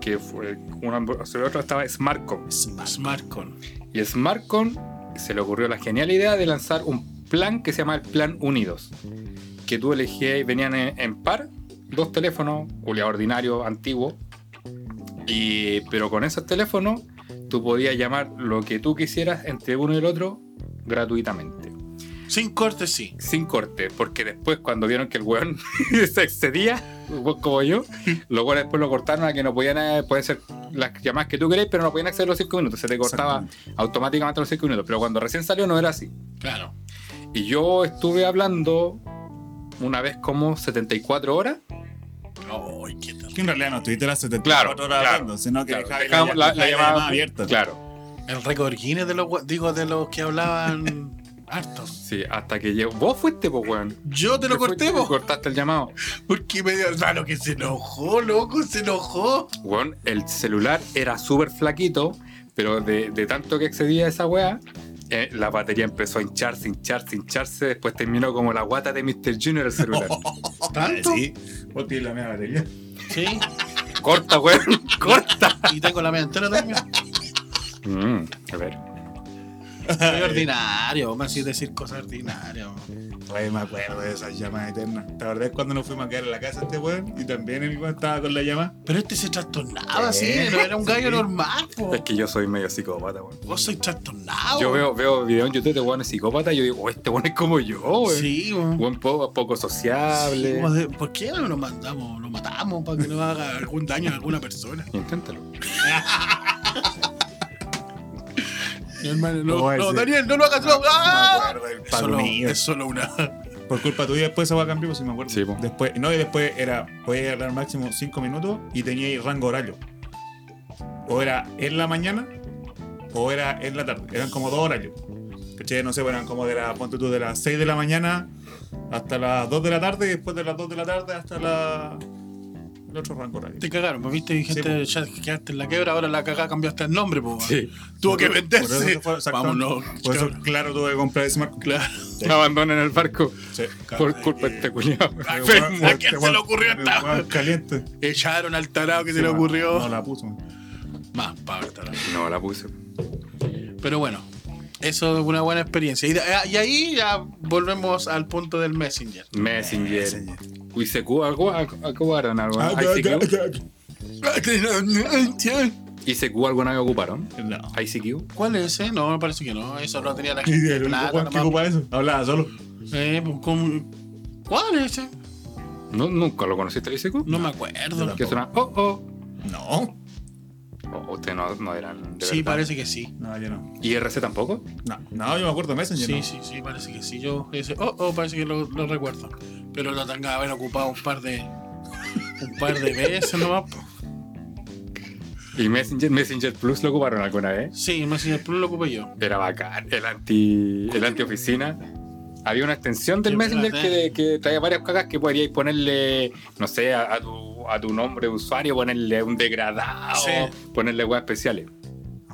que fue una sobre otra estaba Smartcom.
Smartcon.
Y Smartcom se le ocurrió la genial idea de lanzar un plan que se llama el Plan Unidos, que tú elegías y venían en, en par dos teléfonos, culia ordinario, antiguo, y, pero con esos teléfonos tú podías llamar lo que tú quisieras entre uno y el otro gratuitamente
Sin corte, sí.
sin corte, porque después cuando vieron que el weón se excedía, un weón como yo, los weones después lo cortaron a que no podían, eh, pueden ser las llamadas que tú querés, pero no podían acceder los 5 minutos, se te cortaba automáticamente los 5 minutos, pero cuando recién salió no era así.
Claro.
Y yo estuve hablando una vez como 74 horas,
Ay, qué tal.
Que en realidad no estuviste las 74
Claro,
horas
claro.
hablando, sino que
Claro,
dejabas
dejábamos la, la llamada,
abierta.
Claro,
El récord Guinness de los gua- digo de los que hablaban harto.
sí, hasta que llegó. Vos fuiste, pues, weón.
Yo te lo corté,
Fuiste,
po.
Cortaste el llamado.
Porque me dio lo que se enojó, loco, se enojó.
Weón, el celular era súper flaquito, pero de, de tanto que excedía esa weá, eh, la batería empezó a hincharse, hincharse, hincharse. Después terminó como la guata de Mr. Junior el celular.
¿Tanto?
Sí, vos tienes la media batería.
Sí.
corta, weón, corta.
Y tengo la media entera también.
Mm, a ver.
Soy ordinario, vamos a decir- decir cosas ordinarias. weón.
Oye, me acuerdo de esas llamas eternas. ¿Te acordás cuando nos fuimos a quedar en la casa este weón? Y también el weón estaba con la llama.
Pero este se trastornaba,
Sí,
sí, no era un gallo normal, po.
Es que yo soy medio psicópata, weón.
Vos sois trastornado.
Yo veo, veo videos en YouTube de weones psicópatas y yo digo, oh, este weón es como yo, weón.
Sí, weón.
Weón poco, poco
Sí,
sociable.
como de- ¿Por qué no lo mandamos, lo matamos para que no haga algún daño a alguna persona?
Inténtalo.
Mi hermano, no,
No,
no,
ese-
Daniel, no lo hagas, no.
me
¡Ah!
acuerdo del
Es
palo
solo-
mío.
Es solo una.
Por culpa tuya después esa va a cambiar, pues si me acuerdo.
Sí, po.
después, no, y después era, podía agarrar máximo 5 minutos y tenía ahí rango horario. O era en la mañana o era en la tarde. Eran como dos horarios. ¿Cachai? No sé, pues, eran como de la, ponte tú, de las 6 de la mañana hasta las 2 de la tarde y después de las 2 de la tarde hasta la, el otro rango horario.
Te cagaron, pues, viste,
Sí,
dijiste, ya quedaste en la quebra, ahora la cagada cambiaste el nombre, po.
Sí.
Tuvo que
Por eso- por
venderse.
eso fue- exacto.
Vámonos.
Por eso,
cabrón.
claro, tuve que comprar ese marco.
Claro.
Me abandonan el barco
Sí.
por culpa de este culiado.
Ay,
Pero,
pero,
weón,
¿a quién
este
se le
weón-
ocurrió
este
esta-
weón Caliente.
Echaron al tarado que se
Sí,
le
no,
ocurrió.
No la puso.
Más pavo el tarado.
No, la puse.
Pero bueno, eso es una buena experiencia. Y, de- y ahí ya volvemos al punto del Messenger.
Messenger. Uy, se cu- acu- acu- acubaron alguna
Ah,
ICQ.
¿Cuál
ICQ alguna vez ocuparon.
No.
ICQ.
es ese? No, me parece que no. Eso no tenía la
Y
gente.
el único
plata,
weón que
nomás. pues.
ocupa eso. Hablaba solo.
Eh, pues, ¿cómo? ¿Cuál es ese?
No, nunca lo conociste el ICQ.
No me acuerdo.
Que suena oh oh.
No.
Oh, ustedes no, no eran de
Sí,
verdad.
parece que sí.
No, yo no.
IRC tampoco.
No, no yo me acuerdo de Messenger.
Sí,
no.
sí, sí, parece que sí. Yo, ese, oh, oh, parece que lo, lo recuerdo. Pero lo tengo que haber ocupado un par de. Un par de veces nomás. po.
Y Messenger, Messenger Plus lo ocuparon alguna vez.
Sí, Messenger Plus lo ocupé yo.
Era bacán. El anti. El anti oficina. Había una extensión del
Sí,
Messenger
verdad.
que, de- que traía varias cagas que podíais ponerle, no sé, a, a tu, a tu nombre de usuario, ponerle un degradado,
Sí.
ponerle weas especiales.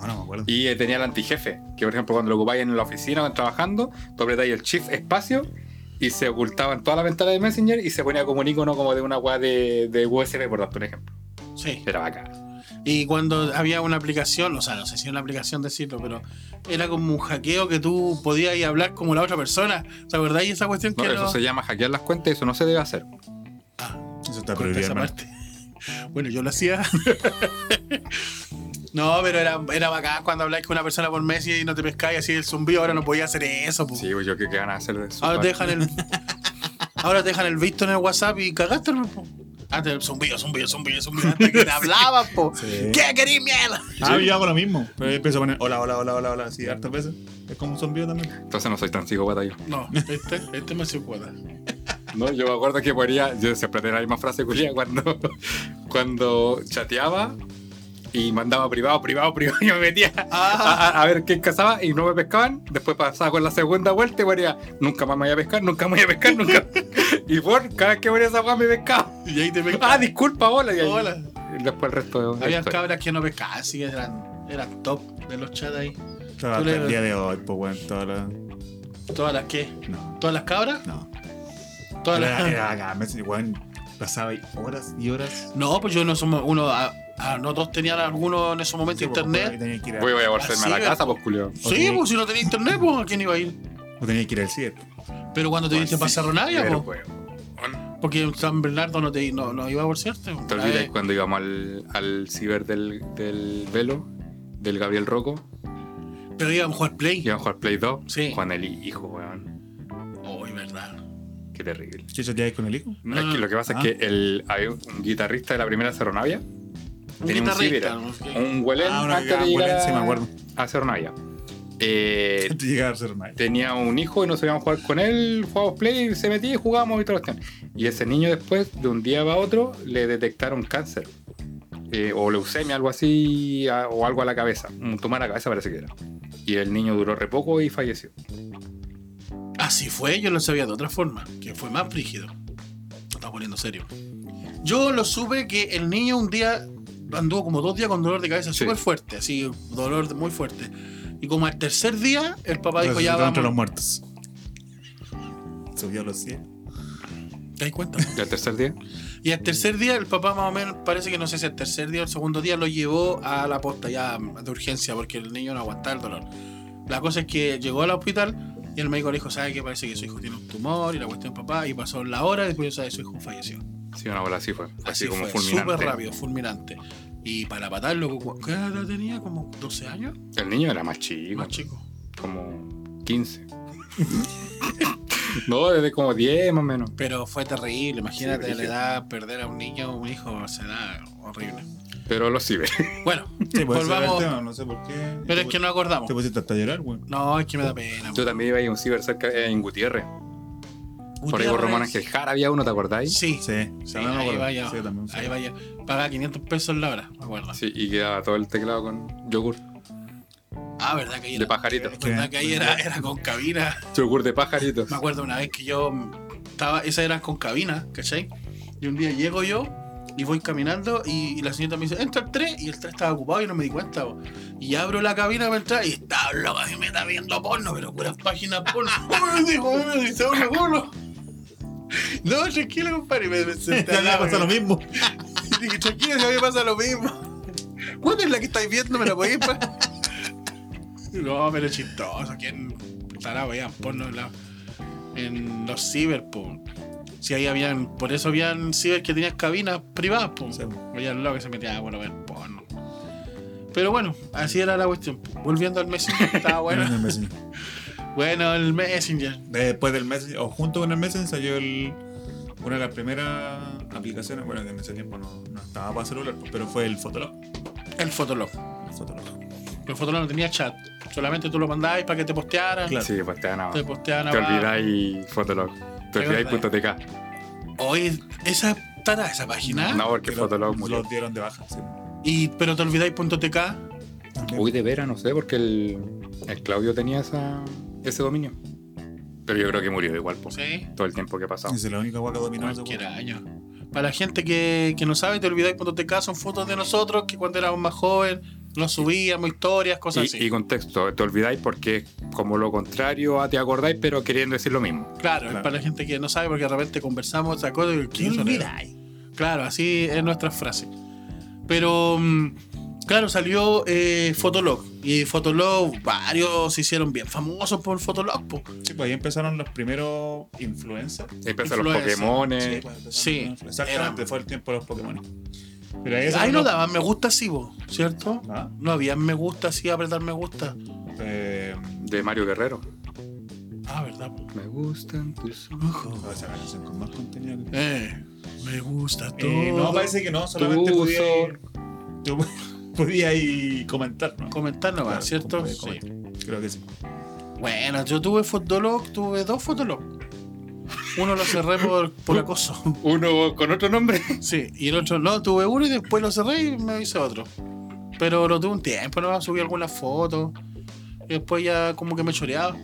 No, no me acuerdo.
Y eh, tenía el antijefe, que por ejemplo cuando lo ocupáis en la oficina o trabajando, tú apretáis el shift espacio y se ocultaba en toda la ventana de Messenger y se ponía como un icono como de una weá de, de USB, por darte un ejemplo.
Sí.
Era bacán.
Y cuando había una aplicación, o sea, no sé si era una aplicación decirlo, pero era como un hackeo que tú podías ir a hablar como la otra persona. ¿Te acordáis esa cuestión
No,
que
eso
lo-
se llama hackear las cuentas, eso no se debe hacer.
Eso
Corta
está prohibido,
esa
hermano.
parte. Bueno, yo lo hacía. no, pero era, era bacán cuando habláis con una persona por Messi y no te pescáis así el zumbido. Ahora no podía hacer eso. po.
Sí, pues yo creo que van a hacer de eso.
ahora, te dejan el, ahora te dejan el visto en el WhatsApp y cagaste. po. Antes el zumbido, zumbido, zumbido, zumbido. Antes que te hablaban, po.
Sí.
¿Qué querís, mierda?
Ah, yo hago lo mismo. Pero yo empiezo a poner hola, hola, hola, hola, hola. Sí, hartas veces. Es como un zombido también.
Entonces no soy tan psicópata yo.
No, este, este me hace cuadra.
No, yo me acuerdo que ponía, yo siempre tenía la misma frase culia cuando, cuando chateaba y mandaba privado, privado, privado, y me metía a,
Ah.
a- a ver qué cazaba y no me pescaban. Después pasaba con la segunda vuelta y ponía, nunca más me voy a pescar, nunca me voy a pescar, nunca. y por cada vez que ponía esa weá me pescaba.
Y ahí te pescaba.
Ah, disculpa, hola. Y ahí-
Hola.
y después el resto de
Había
esto.
cabras que no pescaban, sí, eran, eran top de los chats ahí.
Estaba
Tú
hasta
le-
el día de hoy, pues, weón. Toda la...
¿Todas las qué?
No,
¿Todas las cabras?
no.
Todas las.
Era, era acá, Messenger, weón. Pasaba ahí horas y horas.
No, pues yo no somos uno. A, a nosotros tenían algunos en esos momentos
Sí, pues,
internet.
tenía que ir a-
Voy, voy a volverme a
Así,
la casa, pues culio.
pues.
Sí,
Ok.
pues si no tenía internet, pues a quién iba a ir.
O tenía que ir al CIDE.
Pero cuando te diste
Sí,
pasar Ronavia,
pero,
pues.
weón,
Porque en San Bernardo no, te, no, no iba a bolsearte.
Te olvidas cuando íbamos al, al ciber del, del velo, del Gabriel Rocco.
Pero íbamos a jugar Play.
Iban a jugar Play 2
Sí.
con el hijo, weón.
Oh, es verdad.
Qué terrible.
¿Chicho te ibas con el hijo?
No,
Es que
no,
lo que pasa
ah.
es que el, había un guitarrista de la primera Cerronavia. Tenía un
guitarrista,
cibera,
no sé.
un huelén
Ah, una
antes de
huelén,
llegar a,
sí, me acuerdo.
a Cerronavia. Eh,
Antes de llegar a ser mal.
tenía un hijo y nos íbamos a jugar con él, jugábamos play, se metía y jugábamos y todo Y ese niño después, de un día para otro, le detectaron cáncer. Eh, o leucemia, algo así, a- o algo a la cabeza. Un tumor a la cabeza parece que era. Y el niño duró re poco y falleció.
Así fue, yo lo sabía de otra forma, que fue más frígido. Me Está poniendo serio. Yo lo supe que el niño un día anduvo como dos días con dolor de cabeza
Sí.
súper fuerte, así, dolor muy fuerte. Y como al tercer día, el papá dijo ya
Resucitó entre los
vamos.
muertos. Subió a los cielos.
¿Te das cuenta?
¿Y al tercer día?
Y al tercer día, el papá más o menos, parece que no sé si al tercer día o al segundo día, lo llevó a la posta ya de urgencia porque el niño no aguantaba el dolor. La cosa es que llegó al hospital y el médico le dijo, ¿sabe qué? Parece que su hijo tiene un tumor y la cuestión papá. Y pasó la hora y después, ¿sabe? Su hijo falleció.
Sí, una bola así fue. Fue Así, como
fue,
fulminante.
Súper rápido, fulminante. Y para patarlo, ¿cu- ¿qué edad tenía? ¿Como 12 años?
El niño era más chico,
Más chico.
como 15. no, desde como 10 más o menos.
Pero fue terrible, imagínate
Sí,
la
brígido.
edad, perder a un niño, un hijo, será horrible.
Pero lo sí ve.
Bueno,
Sí, pues ese era el
volvamos.
tema, pues. no sé por qué.
Pero
Te
es que
pu-
no acordamos.
Te pusiste hasta llorar, güey.
No, es que me da pena.
Yo también iba a ir a un ciber cerca eh, en Gutiérrez. Por ahí
Gutiérrez.
por Román Ángel Jara había uno, ¿te acordáis?
Sí, sí,
Sí, sí, no me
ahí
acuerdo.
vaya.
Sí, también. sí.
ahí vaya. Paga 500 pesos la hora, me acuerdo.
Sí, y quedaba todo el teclado con yogur.
Ah, verdad que ahí
De
era.
pajarito.
Verdad que ahí era, era con cabina.
Yogur de pajarito.
Me acuerdo una vez que yo estaba, esas eran con cabina, ¿cachai? Y un día llego yo y voy caminando y, y la señorita me dice, entra el 3 y el 3 estaba ocupado y no me di cuenta. po. Y abro la cabina para entrar y estaba loca que me está viendo porno, pero puras páginas porno. ¡Oh, me dijo, me dice, "Porno, porno". No, tranquilo, compadre. y Me, me senté
Ya
al
le
lado,
pasa lo
me-
mismo.
y dije, tranquilo, si a mí me pasa lo mismo. ¿Cuál es la que estáis viendo? ¿Me la podéis pa-?" No, "Oh, pero es chistoso. ¿Quién estará vean porno en, la- en los ciber, po? Si ahí habían, por eso habían ciber que tenían cabinas privadas, po.
Sí.
Había el loco que se metía bueno, a ver porno. Pero bueno, así era la cuestión. po. Volviendo al Messenger, estaba
En el
bueno.
Messenger.
bueno, el Messenger.
Después del Messenger, o junto con el Messenger, salió el- una de las primeras aplicaciones. Bueno, que en ese tiempo no, no estaba para celular, pues, pero fue el Fotolog.
El Fotolog.
El Fotolog.
El Fotolog no tenía chat. Solamente tú lo mandabas para que te postearan.
Claro.
Sí, pues te dan
Te
abajo.
posteaban
Te
abajo.
olvidáis Fotolog. Te
Es
olvidáis
verdad.
.tk.
Oye, esa estará esa página.
No, Ah, porque
Que lo-
Fotolog murió.
Los dieron de baja, sí.
Y, pero te olvidáis punto .tk.
Uy, de veras, no sé, porque el, el Claudio tenía esa, ese dominio. Pero yo creo que murió igual, pues.
Sí.
Todo el tiempo que ha pasado.
Esa es la única guaca dominó esa
Cualquier
guaca.
año. Para la gente que, que no sabe, te olvidáis punto .tk son fotos de nosotros que cuando éramos más jóvenes nos subíamos historias, cosas
Y,
así.
y contexto, te olvidáis porque es como lo contrario a te acordáis, pero queriendo decir lo mismo.
claro, es
Claro.
para la gente que no sabe porque de repente conversamos esa cosa y ¿qué son esas? Claro, así es nuestra frase. Pero mm, claro, salió eh, Fotolog y Fotolog varios se hicieron bien famosos por Fotolog. po.
Sí, pues ahí empezaron los primeros influencers.
Empiezan los
Influencer,
Pokémones.
Sí, pues,
sí,
empezaron los influencers. Exactamente,
eran-
fue el tiempo de los Pokémon. Pero ahí
Ahí
empezaron
no
los-
daban me gusta sí, vos, ¿cierto?
Ah,
No había me gusta, sí, apretar me gusta.
eh,
de Mario Guerrero.
Ah, verdad. po.
Me gustan tus ojos.
no, esa canción con más contenido que-
Eh, me gusta todo.
Eh, no, parece que no, solamente
Tú,
podía,
Sol.
tú podía ahí comentar, ¿no?
Comentar nomás,
Claro,
¿cierto?
podía
Sí.
comentar. Creo que sí.
Bueno, yo tuve Fotolog, tuve dos Fotolog. Uno lo cerré por, por acoso.
Uno con otro nombre.
Sí, y el otro no, tuve uno y después lo cerré y me hice otro. Pero lo tuve un tiempo, no subí algunas fotos. Y después ya como que me choreaba.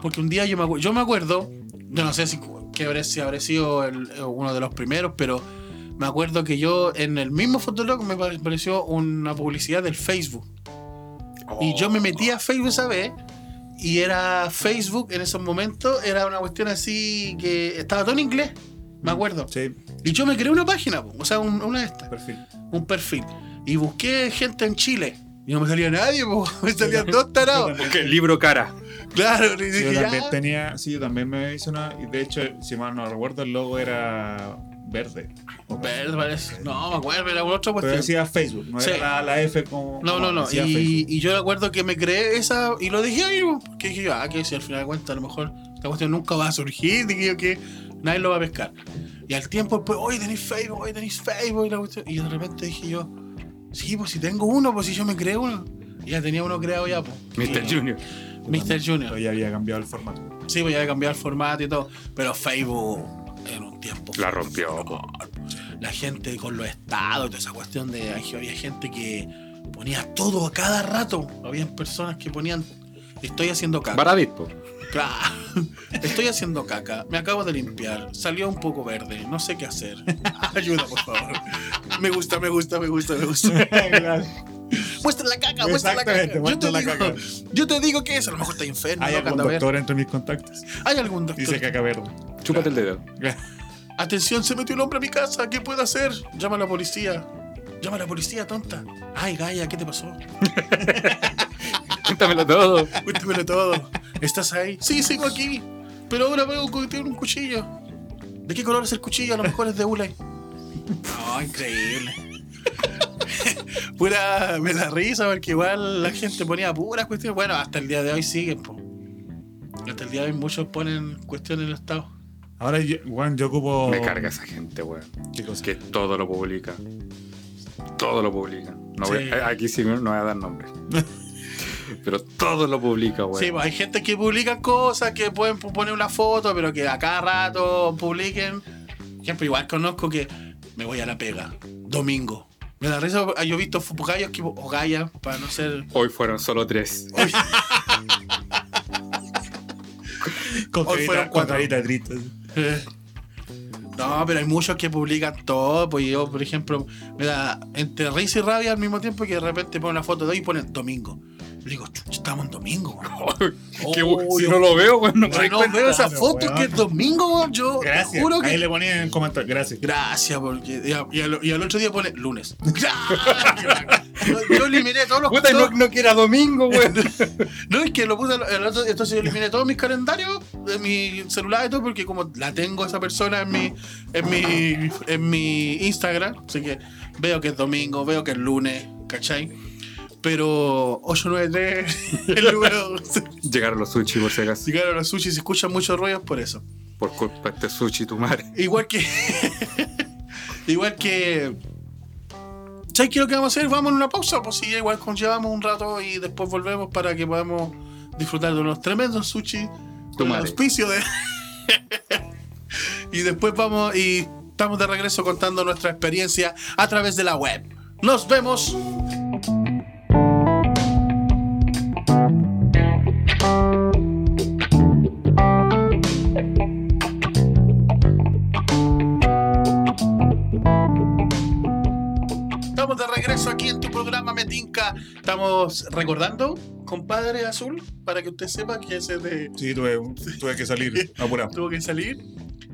Porque un día yo me, acu- yo me acuerdo, yo no sé si, cu- que habré, si habré sido el- uno de los primeros, pero me acuerdo que yo en el mismo Fotolog me pare- pareció una publicidad del Facebook. Y yo me metí a Facebook esa vez. Y era Facebook en esos momentos, era una cuestión así que estaba todo en inglés, me acuerdo.
Sí,
Y yo me creé una página, po, o sea, un- una de estas,
perfil.
un perfil. Y busqué gente en Chile. Y no me salía nadie, po, me salían dos tarados.
Porque el libro cara.
Claro, y
Sí,
dije, "Ah,
yo
ya.
también tenía, sí, yo también me hice una. Y de hecho, si mal no recuerdo, el logo era verde. O
Ah, Verde, parece. No, me acuerdo, era otra
Pero
cuestión.
decía Facebook, no
Sí.
era la, la F como.
No,
como
no, no.
decía
Y,
Facebook.
y yo recuerdo que me creé esa y lo dejé ahí, po, porque dije yo, ah, que si al final de cuentas a lo mejor esta cuestión nunca va a surgir, dije yo que nadie lo va a pescar. Y al tiempo, pues, hoy tenéis Facebook, hoy tenéis Facebook, y, la cuestión- y de repente dije yo, sí, pues si tengo uno, pues si yo me creé uno. Y ya tenía uno creado ya, pues.
Mr. Junior.
Mr. Junior.
Pero ya había cambiado el formato.
Sí, voy a cambiar el formato y todo. Pero Facebook en un tiempo.
La
fue
rompió,
un furor. La gente con los estados y toda esa cuestión de. Había gente que ponía todo a cada rato. Habían personas que ponían. Estoy haciendo caca.
Baradit, po.
Claro. Estoy haciendo caca. Me acabo de limpiar. Salió un poco verde. No sé qué hacer. Ayuda, por favor. Me gusta, me gusta, me gusta, me gusta.
Claro.
Muestra la caca, muestra la caca.
Exactamente,
Yo
muestra
te,
la
digo,
caca. Ah,
yo te digo que es. A lo mejor está enfermo.
Hay
loca,
algún
anda a ver.
doctor entre mis contactos.
Hay algún doctor.
Dice caca verde.
Chúpate el dedo.
Atención, se metió el hombre a mi casa. ¿Qué puedo hacer? Llama a la policía. Llama a la policía, tonta. Ay, Gaia, ¿qué te pasó?
Cuéntamelo todo.
Cuéntamelo todo. ¿Estás ahí? Sí, sigo aquí. Pero ahora veo que tiene un cuchillo. ¿De qué color es el cuchillo? A lo mejor es de hule. No, Oh, increíble. Pura, me la risa porque igual la gente ponía puras cuestiones. Bueno, hasta el día de hoy siguen, po. Hasta el día de hoy muchos ponen cuestiones en el estado.
Ahora, yo, Juan, yo ocupo.
Me carga esa gente, weón.
Oh. ¿Qué cosa?
Que todo lo publica. Todo lo publica. No voy-
Sí.
a- Aquí sí no voy a dar nombres. Pero todo lo publica, weón.
Sí, pues hay gente que publica cosas, que pueden pu- poner una foto, pero que a cada rato publiquen. Por ejemplo, igual conozco que me voy a la pega. Domingo. Me da risa, ah, yo he visto fu- gallos que, o gallas, para no ser.
Hoy fueron solo tres.
Con
Hoy fueron
carita, con
cuatro.
carita triste.
Eh. No, pero hay muchos que publican todo. Pues yo, por ejemplo, me da entre risa y rabia al mismo tiempo que de repente ponen una foto de hoy y ponen domingo. Yo digo, "Chuch, estamos en domingo, weón".
Que,
Oh,
si
yo-
no lo veo, weón, no me doy
Yo no
cuenta.
veo esa
pero,
foto
pues, weón.
que es domingo, weón. Yo te
Gracias.
juro que
Ahí le ponía en el comentario. Gracias.
Gracias, porque. Y, a- y al, y al otro día pone lunes. yo eliminé todos los.
Puta, no, no que era domingo, weón.
no, es que lo puse. al- al otro- entonces yo eliminé todos mis calendarios, de mi celular y todo, porque como la tengo a esa persona en mi, en mi, en mi Instagram, así que veo que es domingo, veo que es lunes, ¿cachai? Pero 893, el número.
Llegaron los sushi, por si acaso.
Llegaron a sushi y se escuchan muchos ruidos por eso.
Por culpa de este sushi, tu madre.
Igual que. igual que. ¿Sabes qué es lo que vamos a hacer? Vamos en una pausa, pues sí, igual conllevamos un rato y después volvemos para que podamos disfrutar de unos tremendos sushi
Tu
con el
madre.
auspicio de. y después vamos y estamos de regreso contando nuestra experiencia a través de la web. ¡Nos vemos! Estamos de regreso aquí en tu programa Metinca. Estamos recordando, compadre Azul, para que usted sepa que ese es de
Sí, tuve, un- tuve que salir apurado.
tuvo que salir.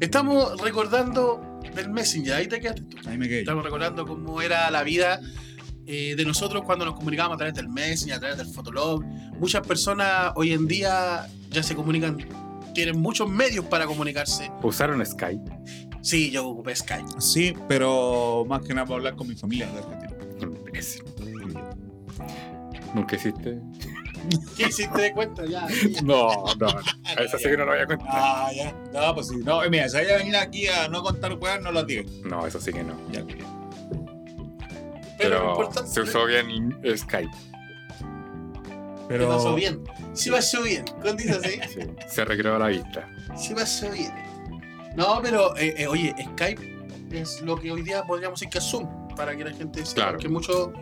Estamos recordando del Messenger, ahí te quedaste tú.
Ahí me quedé.
Estamos recordando cómo era la vida eh, de nosotros cuando nos comunicábamos a través del Messenger, a través del Fotolog. Muchas personas hoy en día ya se comunican, tienen muchos medios para comunicarse.
Usaron Skype.
Sí, yo ocupé Skype.
Sí, pero más que nada para hablar con mi familia de Argentina.
Imbécil. ¿Nunca hiciste?
¿Qué hiciste de cuenta ya?
No, no. A esa sí que no lo voy a contar.
Ah, ya. No, pues sí. No, mira, si vaya a venir aquí a no contar weas, no las digas.
No, eso sí que no.
Ya, ya.
lo
Pero
importante-
se usó bien Skype.
Pero.
Se pasó bien. Se pasó bien. ¿Cuándo dices así?
Sí. Se recreó la vista.
Se pasó bien. No, pero eh, eh, oye, Skype es lo que hoy día podríamos decir que es Zoom, para que la gente sepa
Claro.
que mucho...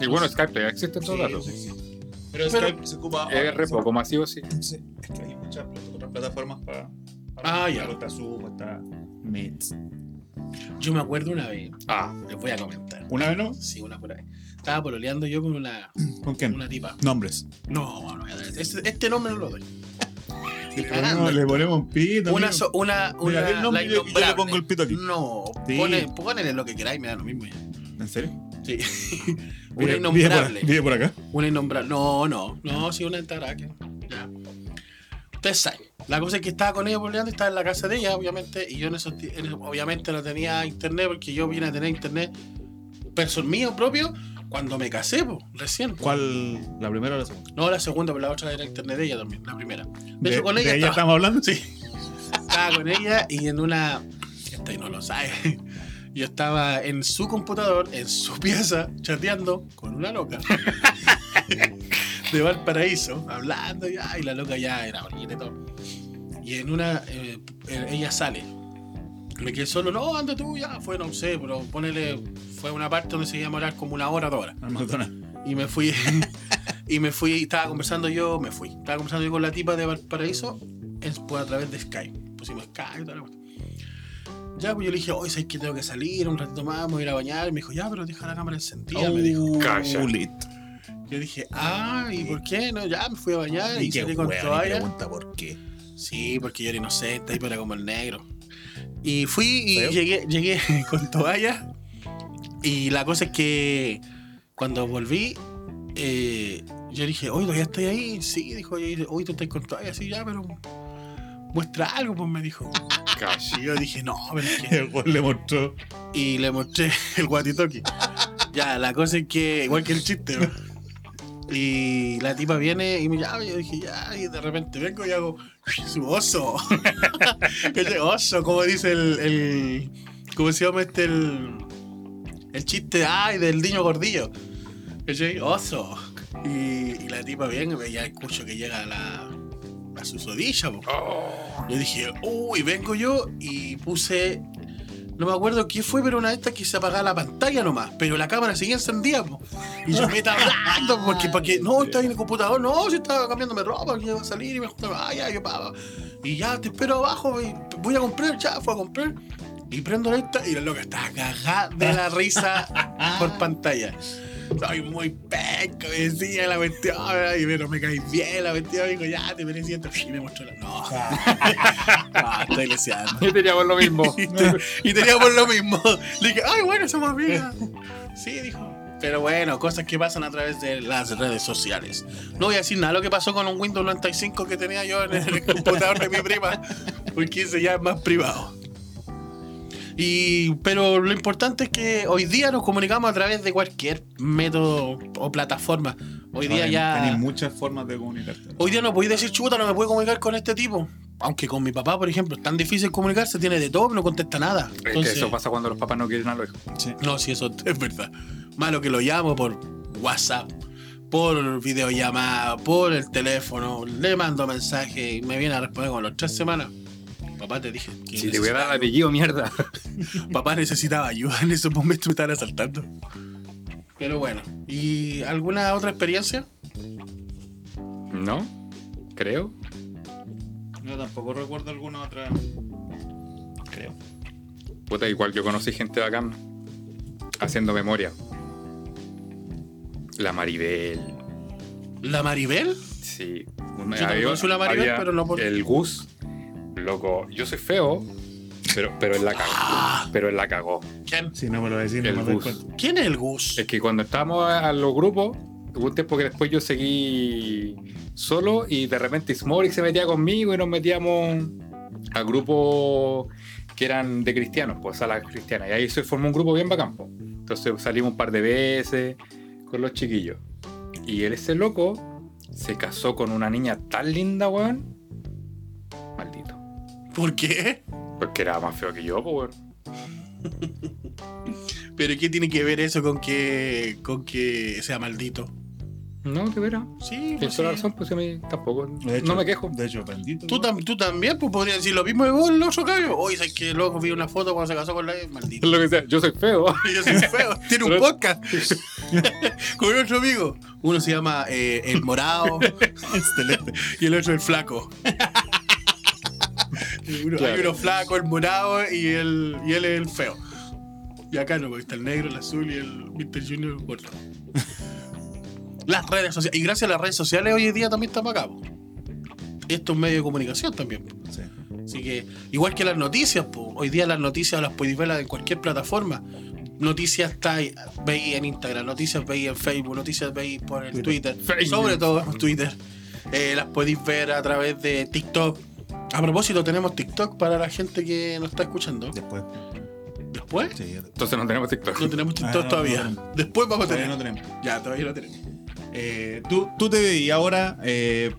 Y bueno, Skype todavía existe en todo
Sí,
lado.
sí, sí. Pero
Pero-
Skype se ocupa.
Es re poco masivo, sí.
Sí, es que hay muchas plat- otras plataformas para.
Ah, ya.
Está Zoom, está Meet.
Yo me acuerdo una vez,
Ah,
les voy a comentar.
¿Una vez no?
Sí, una por ahí. Estaba pololeando yo con una,
¿Con quién?
una tipa.
Nombres.
No, no voy a dar- Este, este nombre no lo doy.
Le
cagando.
ponemos, le ponemos un pito.
Una,
amigo.
so- una,
Mira,
una,
el nombre
la
y yo- y yo le pongo el pito aquí.
No,
Sí.
pone- ponele lo que queráis, me da lo mismo ya.
¿En serio?
Sí. una
Vive-
innombrable.
Vive por, vive por acá.
Una innombrable. No, no, no, sí, una entaraque. Ya. Ustedes saben. La cosa es que estaba con ella boleando, estaba en la casa de ella, obviamente, y yo en esos ti- en- obviamente no tenía internet, porque yo vine a tener internet personal mío propio cuando me casé, po, recién.
¿Cuál? ¿La primera o la segunda?
No la segunda, pero la otra era internet de ella también, la primera. De,
¿De,
hecho, con
de
ella
ella
estaba,
estamos hablando?
sí, estaba con ella y en una. Esta ahí no lo sabe. Yo estaba en su computador, en su pieza, chateando con una loca de Valparaíso, hablando y, ay, la loca ya era bonita y todo. Y en una, eh, eh, ella sale. Me quedé solo, no, anda tú, ya. Fue, no sé, pero ponele, fue una parte donde se iba a morar como una hora, dos horas
Al McDonald's.
y me fui y me fui estaba conversando yo me fui estaba conversando yo con la tipa de Valparaíso es, pues, a través de Skype pusimos Skype y toda la cuestión. ya pues yo le dije hoy sabes que tengo que salir un ratito más me voy a ir a bañar y me dijo ya pero deja la cámara encendida me
Oh.
dijo
Calla.
Listo.
yo dije ah y por qué no ya me fui a bañar y,
Y qué
salí con
hueón, y
toalla
pregunta por qué.
sí porque yo era inocente y era como el negro Y fui y
¿Feo?
llegué, llegué con toalla. Y la cosa es que cuando volví, eh, yo dije, oye, todavía estoy ahí. Sí, dijo, oye, oye, tú estás con toalla. Sí, ya, pero muestra algo, pues me dijo. Y yo dije, no, pero es que...
El weón le mostró.
Y le mostré el guatitoki. ya, la cosa es que, igual que el chiste, ¿no? Y la tipa viene y me llama y yo dije, ya, y de repente vengo y hago, su oso. Ese oso, como dice el, el- ¿cómo se llama este? El, el chiste, ay, del niño gordillo. Ese oso. Y, y la tipa viene y ya escucho que llega la, la susodilla, po. Yo dije, uy, vengo yo y puse no me acuerdo qué fue, pero una de estas que se apagaba la pantalla nomás, pero la cámara seguía encendida, po. Y yo me estaba hablando, porque, porque no, estaba en el computador, no, yo estaba cambiándome ropa, que iba a salir y me juntaba, ah, ya, yo pa, pa. Y ya, te espero abajo, y voy a comprar, ya, fue a comprar. Y prendo la esta y la loca estaba cagada de la risa por pantalla. Soy muy pesca, me decía la cuestión, y pero me caí bien la cuestión, digo, ya, te merecí esto, y me mostró la. No, no estoy leseando.
Yo tenía por lo mismo.
Y te- y teníamos lo mismo. Le dije, ay, bueno, somos amigas. Sí, dijo. Pero bueno, cosas que pasan a través de las redes sociales. No voy a decir nada de lo que pasó con un Windows 95 que tenía yo en el computador de mi prima, porque ese ya es más privado. Y, pero lo importante es que hoy día nos comunicamos a través de cualquier método o plataforma. Hoy día
Ahora,
ya.
Tenéis muchas formas de comunicarte.
Hoy día no podéis decir, chuta, no me puedo comunicar con este tipo. Aunque con mi papá, por ejemplo, es tan difícil comunicarse, tiene de todo, pero no contesta nada.
Es que
Entonces,
eso pasa cuando los papás no quieren a los hijos.
No, sí, eso es verdad. Malo que lo llamo por WhatsApp, por videollamada, por el teléfono, le mando mensaje y me viene a responder con las tres semanas. Papá, te dije que
Si te
necesitaba-
voy a dar apellido, mierda.
papá necesitaba ayuda en esos momentos me estaban asaltando. Pero bueno, ¿y alguna otra experiencia?
¿No? Creo.
No, tampoco recuerdo alguna otra. Creo.
Puta, igual yo conocí gente bacán haciendo memoria. La Maribel.
¿La Maribel?
Sí.
Yo también conocí una Maribel, pero no por-
El Gus. Loco, yo soy feo, pero, pero él la
Ah.
cagó. pero él la cagó.
¿Quién?
Si no me lo decís, no
El
me doy
bus.
cuenta.
¿Quién es el Gus?
Es que cuando estábamos a a los grupos, hubo un tiempo que después yo seguí solo y de repente Smorik se metía conmigo y nos metíamos a grupos que eran de cristianos, pues salas cristianas. Y ahí se formó un grupo bien bacán. po. Entonces salimos un par de veces con los chiquillos. Y él, ese loco, se casó con una niña tan linda, weón. Maldito.
¿Por qué?
Porque era más feo que yo, po, weón.
¿Pero qué tiene que ver eso con que, con que sea maldito?
No, de veras.
Sí,
Tienes
pues
toda la
sí.
razón, pues a mí tampoco.
De hecho-
no me quejo.
De hecho, bendito.
Tú,
¿no?
tam- tú también, pues podrías decir lo mismo de vos, el otro cabio. Oye, ¿sabes que luego vi una foto cuando se casó con la maldito.
Lo que sea, yo soy feo.
Yo soy feo. Tiene un
Pero-
podcast con otro amigo. Uno se llama eh, El Morado
Excelente.
y el otro El Flaco. Uno- Hay
Claro.
uno flaco, el morado y, el, y él es el feo. Y acá no, porque está el negro, el azul y el Mr. Junior gordo. Las redes sociales. Y gracias a las redes sociales hoy en día también estamos acá. po. Esto es medio de comunicación también. po.
Sí.
Así que, igual que las noticias, po. hoy día las noticias las podéis ver en cualquier plataforma. Noticias está ahí, veis en Instagram, noticias veis en Facebook, noticias veis por el Twitter, sobre todo en Twitter. Eh, las podéis ver a través de TikTok. A propósito, tenemos TikTok para la gente que nos está escuchando.
Después.
Después,
Sí, después.
Entonces no tenemos TikTok.
no tenemos TikTok
Ah, no,
todavía.
no.
Después vamos a
Todavía
tener.
no tenemos.
Ya, todavía no tenemos.
Pues Eh, tú, tú te veías ahora eh,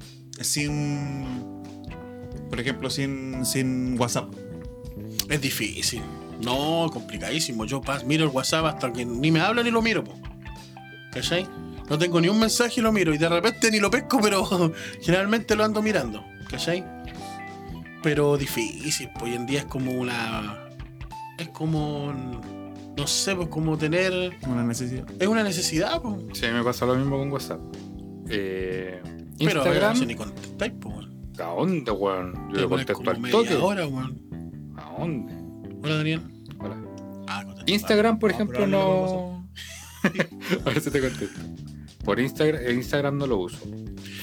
sin. Por ejemplo, sin, sin WhatsApp.
Es difícil. No, complicadísimo. Yo pas, miro el WhatsApp hasta que ni me habla ni lo miro, po. ¿Cachai? No tengo ni un mensaje y lo miro. Y de repente ni lo pesco, pero generalmente lo ando mirando. ¿Cachai? Pero difícil, pues hoy en día es como una. Es como. un- No sé, pues como tener.
Una necesidad.
Es una necesidad, pues.
Sí, a mí me pasa lo mismo con WhatsApp. Eh,
Pero a
Instagram.
veces ni contestáis, pues, weón.
¿A dónde, weón? Yo
Te
le
pones
contesto
como
al
media
toque.
hora, weón.
¿A dónde?
Hola, Daniel.
Hola.
Ah, contesta.
Instagram, por
No,
ejemplo,
pero háblame
no. a ver si te contesto. eh, Por Instagram, Instagram no lo uso.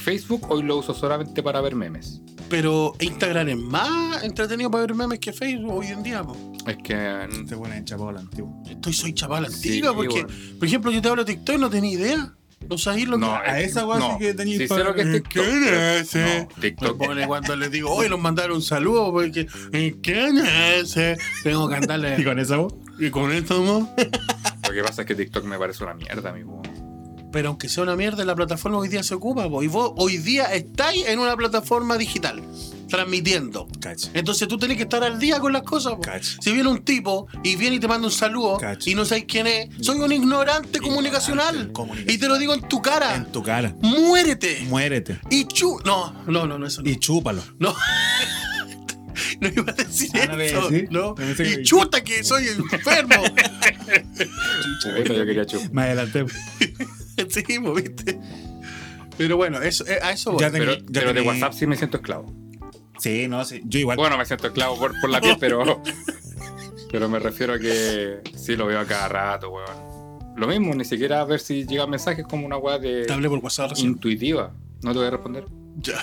Facebook hoy lo uso solamente para ver memes.
pero Instagram es más entretenido para ver memes que Facebook hoy en día. po.
Es que. mm,
Este weón es enchapado al antiguo.
Estoy soy chaval
Sí,
antigua porque, por ejemplo, yo te hablo de TikTok no tenía idea. No sabéis lo
No,
que...
A esa weá
no,
sí que tenía
sí sé lo que es TikTok,
¿Quién
pero-
ese?
no,
Me
TikTok.
eh. pone cuando les digo, hoy los mandaron un saludo porque... ¿y ¿Quién es ese? Tengo que
Y
cantarle...
con esa voz.
¿Y con esto, no?
Lo que pasa es que TikTok me parece una mierda, amigo.
Pero aunque sea una mierda, la plataforma hoy día se ocupa. po. Y vos hoy día estáis en una plataforma digital, transmitiendo.
Cacha.
Entonces tú tenés que estar al día con las cosas. po.
Cacha.
Si viene un tipo y viene y te manda un saludo
Cacho.
y no sabes quién es, soy un ignorante, comunicacional.
comunicacional.
Y te lo digo en tu cara.
En tu cara.
Muérete.
Muérete.
y chu. No, no, no, no, eso no.
Y chúpalo.
No. No iba a decir
Ah, no
eso,
iba a decir.
¿no?
Pensé que-
Y chuta que soy enfermo.
Puta, yo quería chupar.
Más adelante.
sí, mo, ¿viste? Pero bueno, eso, eh, a eso voy.
Ya te-
Pero,
Ya
pero de
tenía-
WhatsApp sí me siento esclavo.
Sí, no sé. Yo igual.
Bueno, me siento esclavo por, por la piel, pero. Pero me refiero a que sí lo veo a cada rato, weón. Lo mismo, ni siquiera ver si llegan mensajes como una weá de
Te hablé por WhatsApp recién.
intuitiva. No te voy a responder.
Ya.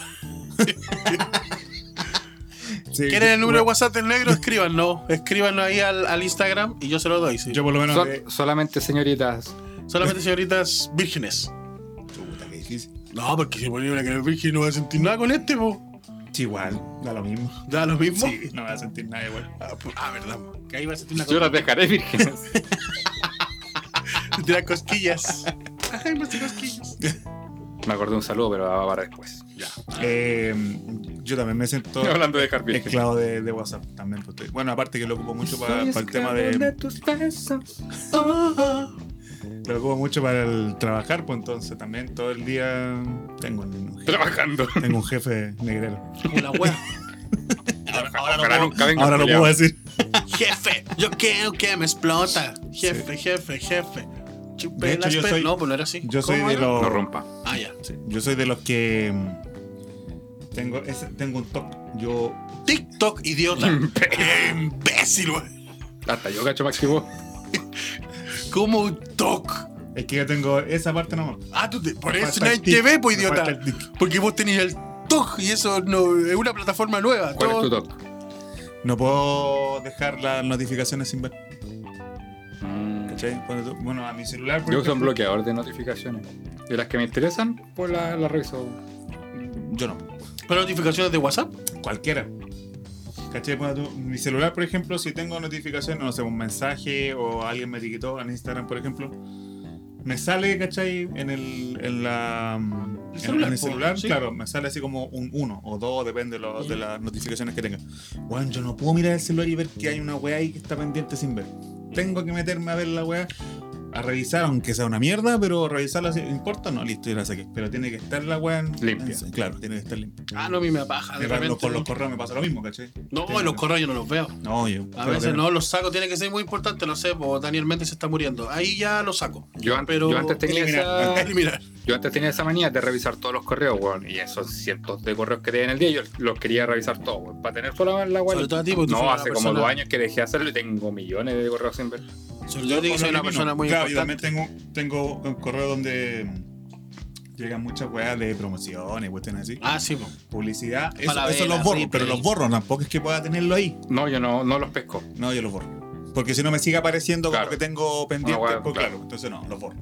Sí,
¿Quieren el
yo-
número de WhatsApp del negro? Escríbanlo. Escríbanlo ahí al, al Instagram y yo se lo doy. sí.
Yo por lo menos.
Sol-
eh,
solamente señoritas.
Solamente señoritas vírgenes.
Puta, qué difícil.
No, porque si ponía una que no es virgen no voy a sentir nada con este, po.
Sí, igual. Da lo mismo.
Da lo mismo.
Sí, no me voy a sentir nada igual.
Ah, pu- ah, verdad. mo. Que ahí va a sentir una
Yo
cosa.
las dejaré vírgenes.
De las cosquillas. Ay, me hace cosquillas.
Me acordé un saludo, pero va para después.
Ya.
Eh, yo también me siento.
Hablando de dejar vírgenes.
Esclavo de, de WhatsApp también. pues, estoy- bueno, aparte que lo ocupo mucho para,
Soy
para el tema
esclavo
de.
de tus besos.
Lo ocupo mucho para el trabajar, pues entonces también todo el día tengo un jefe,
Trabajando.
tengo un jefe negrero.
Como la wea. Ahora, ahora no
Ojalá
puedo.
nunca venga.
Ahora lo
culiao.
puedo decir.
Jefe, yo creo que me explota. Jefe, jefe, jefe.
De
Chupé
hecho,
las
yo
pe-
soy-
No, pues no era así.
Yo soy
¿Cómo
de
era?
los
No rompa.
Ah, ya.
sí, yo soy de los que mm, tengo ese- tengo un top. Yo
TikTok, idiota. Qué imbécil, güey.
Hasta yo cacho más que vos.
¿Cómo un TOC?
es que yo tengo esa parte nomás.
Ah, tú te, por
Me
eso
falta
nadie
el tic,
te ve, pues
me
idiota.
falta el tic.
Porque vos tenés el TOC y eso no, es una plataforma nueva.
¿Cuál es
Todo-
tu top?
No puedo dejar las notificaciones sin ver.
Mm,
¿Cachai? Cuando tú- bueno, a mi celular. por
Yo uso un
ejemplo,
bloqueador de notificaciones. Y las que me interesan, pues las la reviso.
Yo no.
¿Pero notificaciones de WhatsApp?
Cualquiera. ¿Cachai? Cuando tú- mi celular, por ejemplo, si tengo notificaciones, no sé, un mensaje o alguien me etiquetó en Instagram, por ejemplo, me sale, ¿cachai? En el, en la, mm, en-
celular,
en el
po,
celular,
sí.
claro, me sale así como un 1 o 2, depende de, lo- de las notificaciones que tenga. Bueno, yo no puedo mirar el celular y ver que hay una weá ahí que está pendiente sin ver. Tengo que meterme a ver la weá, a revisar, aunque sea una mierda, pero revisarla, si importa, no, listo, y la saqué. Pero tiene que estar la weá en-
Limpia.
en- claro, tiene que estar limpia.
Ah, no, a mí me paja. De
Me pasa-
repente,
con los correos me pasa lo mismo, ¿cachai?
no,
Tengo-
los correos yo no los veo.
No, yo.
A veces no, los saco. Tiene que ser muy importante. No sé, pues Daniel Méndez se está muriendo. Ahí ya lo saco.
Yo, an-
Pero-
yo antes tenía
eliminar,
esa...
Eliminar.
Yo antes tenía esa manía de revisar todos los correos, weón. Y esos cientos de correos que tenía en el día, yo los quería revisar todos, weón. Para tener solo la web.
Sobre todo a ti, porque tú
No,
eres una
hace como
persona-
dos años que dejé de hacerlo y tengo millones de correos sin ver.
Sobre todo que soy una persona muy
claro,
importante.
yo también tengo, tengo un correo donde mm, llegan muchas weas de promociones, cuestiones así.
Ah, sí, po.
Publicidad. Eso,
Falabella,
eso los borro,
Ripley.
pero los borro. Tampoco es que pueda tenerlo ahí.
No, yo no, no los pesco.
No, yo los borro. Porque si no me sigue apareciendo
Claro.
como que tengo pendiente,
wea,
pues
claro.
claro. Entonces no, los borro.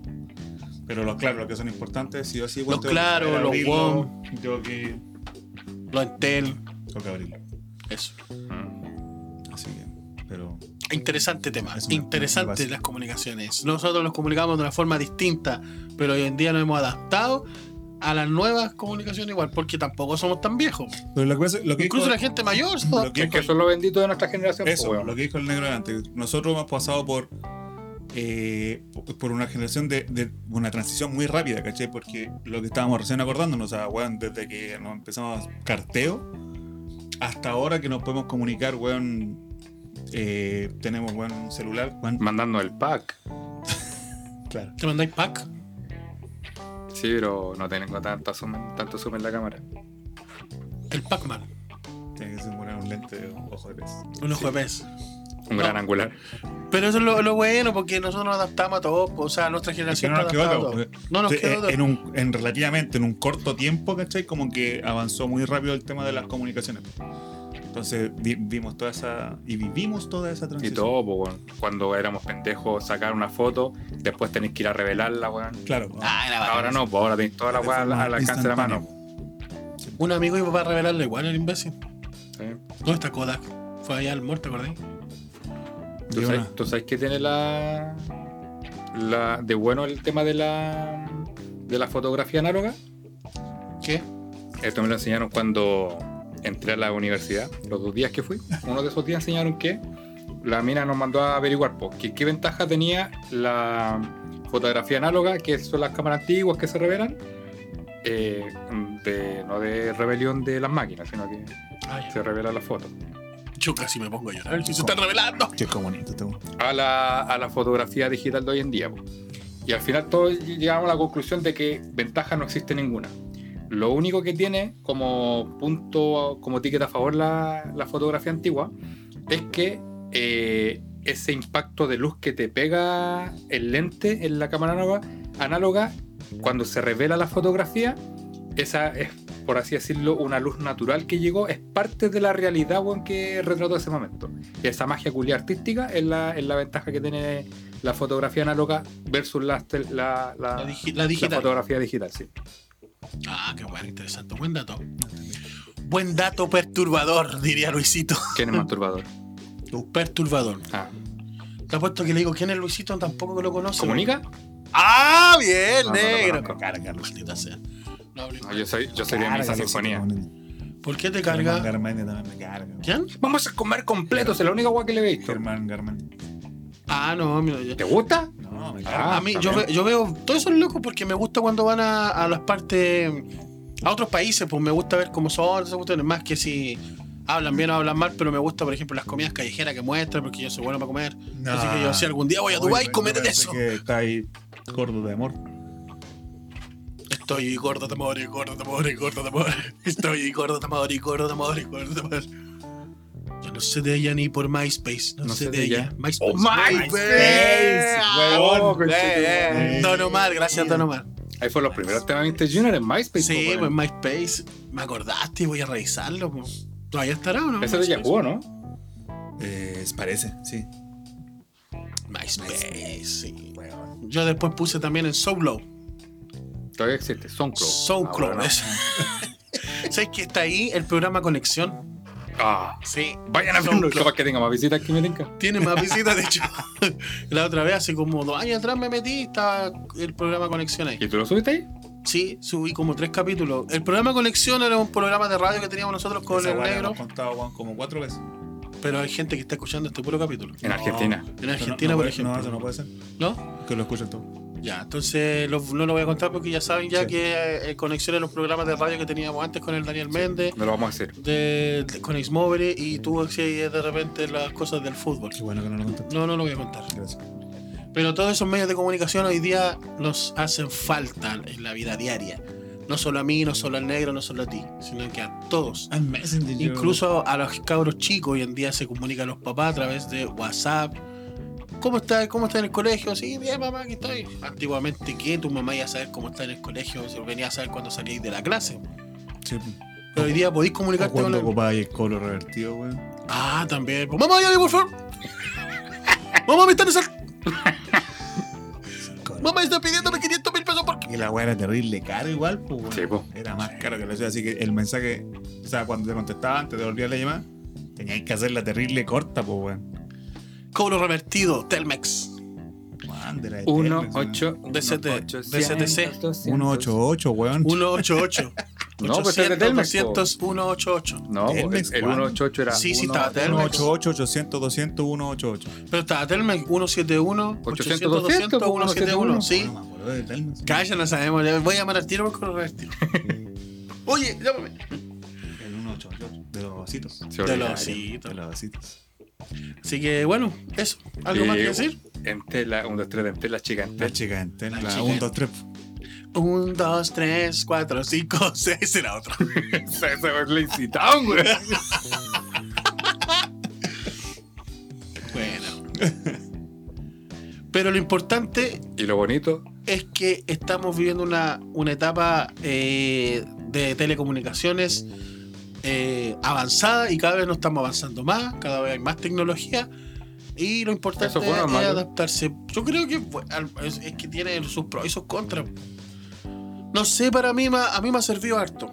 Pero los claro, los que son importantes, sí o sí.
Los claro, los WOM.
Yo que
Lo entel.
tengo que abrirlo.
Eso.
Mm.
Así que, pero
Interesante tema,
Es una- una
interesante
base.
las comunicaciones. Nosotros nos comunicamos de una forma distinta, pero hoy en día nos hemos adaptado a las nuevas comunicaciones igual, porque tampoco somos tan viejos.
Pero lo que pasa- lo que
Incluso
dijo-
la gente mayor se
lo
adapta.
que
Es que eso es lo bendito de nuestra generación, pues,
Eso,
weón.
lo que dijo el negro delante. Nosotros hemos pasado por eh, por una generación de, de una transición muy rápida, ¿cachai? Porque lo que estábamos recién acordándonos, o sea, weón, desde que nos empezamos carteo hasta ahora que nos podemos comunicar, weón, eh, tenemos, weón, un celular, weón.
Mandando el pack.
Claro.
¿Te mandáis pack?
Sí, pero no tengo tanto zoom, tanto zoom en la cámara.
El Pac-Man,
Tiene que ser weón, un lente de ojo de pez.
un ojo de pez.
Un
No.
gran angular.
Pero eso es lo, lo bueno, porque nosotros nos adaptamos a todo. O sea, nuestra
Es que
generación
no nos
está
quedó
adaptada
otra,
a todo.
pues.
No nos
Sí,
quedó otra.
en, un, en relativamente, en un corto tiempo, ¿cachai? Como que avanzó muy rápido el tema de las comunicaciones. Entonces vi- vimos toda esa. Y vivimos toda esa
Y
transición.
todo, po, weón. Cuando éramos pendejos, sacar una foto, después tenés que ir a revelarla, weón.
Claro.
Ah, era bacán.
Ahora no, pues ahora tenés toda la
de
weá al,
forma
al alcance de la
instantánea.
mano.
Un amigo iba a revelarle igual el imbécil.
¿sí?
¿Dónde está Kodak? Fue allá al muerto, ¿verdad?
¿Tú,
Y
sabes,
una-
tú sabes que tiene la, la. de bueno el tema de la. de la fotografía análoga?
¿Qué?
Esto me lo enseñaron cuando entré a la universidad, los dos días que fui. Uno de esos días enseñaron que la mina nos mandó a averiguar po, que, qué ventaja tenía la fotografía análoga, que son las cámaras antiguas que se revelan, eh, de- no de rebelión de las máquinas, sino que
Ay,
se revela la foto.
yo casi me pongo a llorar. Ah, Si se está revelando.
Qué comunista, este weón.
a la, a la fotografía digital de hoy en día. po. Y al final todos llegamos a la conclusión de que ventaja no existe ninguna. Lo único que tiene como punto, como ticket a favor la, la fotografía antigua, es que eh, ese impacto de luz que te pega el lente en la cámara análoga, análoga, cuando se revela la fotografía, esa es, por así decirlo, una luz natural que llegó, es parte de la realidad weón, que retrató ese momento. Y esa magia culia artística es la, es la ventaja que tiene la fotografía análoga versus la, tel- la, la-
La, digi- la
la
digital.
fotografía digital, sí.
ah, qué bueno, interesante. Buen dato. Buen dato perturbador, diría Luisito.
¿Quién es más turbador?
Perturbador.
Ah,
Te apuesto que le digo quién es Luisito, tampoco lo conoce.
¿Comunica?
Ah, bien,
No, no lo
negro.
conozco.
Carga, maldita sea. No hablé
No,
mal.
yo soy, yo soy de
Carga,
misa
sí, sí,
sinfonía.
comunista.
¿Por qué te
Germán
carga?
Garmendia también me carga. weón.
¿Quién?
Vamos a comer completos, es la única agua que le veis.
Germán Garmendia.
Ah, no, mira, yo-
¿Te gusta?
No, me carga.
Ah,
a mí yo,
también.
ve- yo veo todos esos locos porque me gusta cuando van a, a las partes, a otros países, pues me gusta ver cómo son, esas cuestiones, más que si hablan bien o hablan mal, pero me gusta, por ejemplo, las comidas callejeras que muestran, porque yo soy bueno para comer.
No.
Así que yo, si algún día voy a
Oye,
Dubái,
yo
comete
pensé
eso.
Que está ahí gordo de amor.
Estoy gordo, tamador, y gordo, tamador, y gordo, tamador. Estoy gordo, tamador, y gordo, tamador, y gordo, tamador. Yo no sé de ella ni por MySpace. No, sé, de ella. MySpace.
Oh, MySpace,
huevón.
huevón, conche tu
Eh,
madre.
Don Omar, gracias, Don Omar.
Ahí fueron los primeros temas de Mr. Junior en MySpace.
Sí,
po,
pues
weón.
MySpace. Me acordaste y voy a revisarlo. po. ¿Todavía estará o no?
Ese es de
MySpace.
Yahoo, ¿no?
Eh, parece, sí.
MySpace, sí. Yo después puse también en Solo.
Todavía existe, SoundCloud.
SoundCloud.
Ah, bueno.
eso. ¿Sabes que está ahí el programa Conexión?
Ah,
Sí.
vayan a verlo.
SoundCloud.
Capaz que tenga más visitas que me tenga.
Tiene más visitas, de hecho. La otra vez, hace como dos años atrás, me metí y estaba el programa Conexión ahí.
¿Y tú lo subiste ahí?
Sí, subí como tres capítulos. El programa Conexión era un programa de radio que teníamos nosotros con
Esa
el
weá la
negro,
hemos contado, weón, como cuatro veces.
pero hay gente que está escuchando este puro capítulo.
En Argentina.
En Argentina, por
No, no puede- No,
ejemplo.
eso no puede ser.
¿No?
Que lo escuchen todos.
Ya, entonces lo- no lo voy a contar porque ya saben ya
Sí.
que eh, conexión en los programas de radio que teníamos antes con el Daniel Méndez,
No lo vamos a hacer.
de, de- con Xmobile y tú hacías de repente las cosas del fútbol.
Qué bueno que no lo contaste.
No, no lo voy a contar.
Gracias.
Pero todos esos medios de comunicación hoy día nos hacen falta en la vida diaria. No solo a mí, no solo al negro, no solo a ti, sino que a todos.
Al Ah, Messenger. yo-
Incluso a los cabros chicos hoy en día se comunican los papás a través de WhatsApp. ¿Cómo está, ¿Cómo está en el colegio? Sí, bien, mamá, aquí estoy. Antiguamente, ¿qué? Tu mamá iba a saber cómo está en el colegio, o sea, venía a saber cuando salís de la clase.
Sí.
Pero hoy día podéis
O
comunicarte con
cuando
el...
ocupáis el colo revertido, weón.
Ah, también. Pues, mamá, llame, por favor. mamá, me están, desal- mamá, me están pidiéndome 500 mil pesos por...
Y la weá era terrible cara igual, pues. weón.
Sí, po.
Era más caro que la ciudad. Así que el mensaje, o sea, cuando te contestaban, te devolvían la llamada, teníais que hacerla terrible corta, pues, weón.
Cobro revertido, Telmex.
Weón, de la de
1,
Telmex, weón.
8,
DCT, DCTC.
188, weón.
188.
No, pues es de Telmex, po.
800, 188.
No,
Telmex,
pues, el
Juan.
188 era.
Sí, sí, estaba Telmex.
188, 800, 200, 188.
Pero estaba Telmex 171, 800, 200, 171, sí.
No me acuerdo de Telmex.
Calla, no sabemos. le Voy a llamar al tiro por correo al tiro. Oye, llámame.
El 188. De los vasitos.
Se
Te
olvidaba.
lo sí,
De los vasitos.
Así que bueno, eso. ¿Algo más que
Eh,
decir?
En tela, 1, 2, 3, en tela, chica, en
La
tela.
chica en
La
Telmex.
chica
1,
en-
2, 3.
Un, dos, tres, cuatro, cinco, seis, era otro.
Se le incitaban, güey.
Pero lo importante
Y lo bonito,
es que estamos viviendo una, una etapa eh, de telecomunicaciones eh, avanzada y cada vez nos estamos avanzando más, cada vez hay más tecnología y lo importante
Eso fue,
es, es
Mario.
adaptarse. Yo creo que fue- al- es, es que tiene sus pros y sus contras. No sé, para mí ma- a mí me ha servido harto,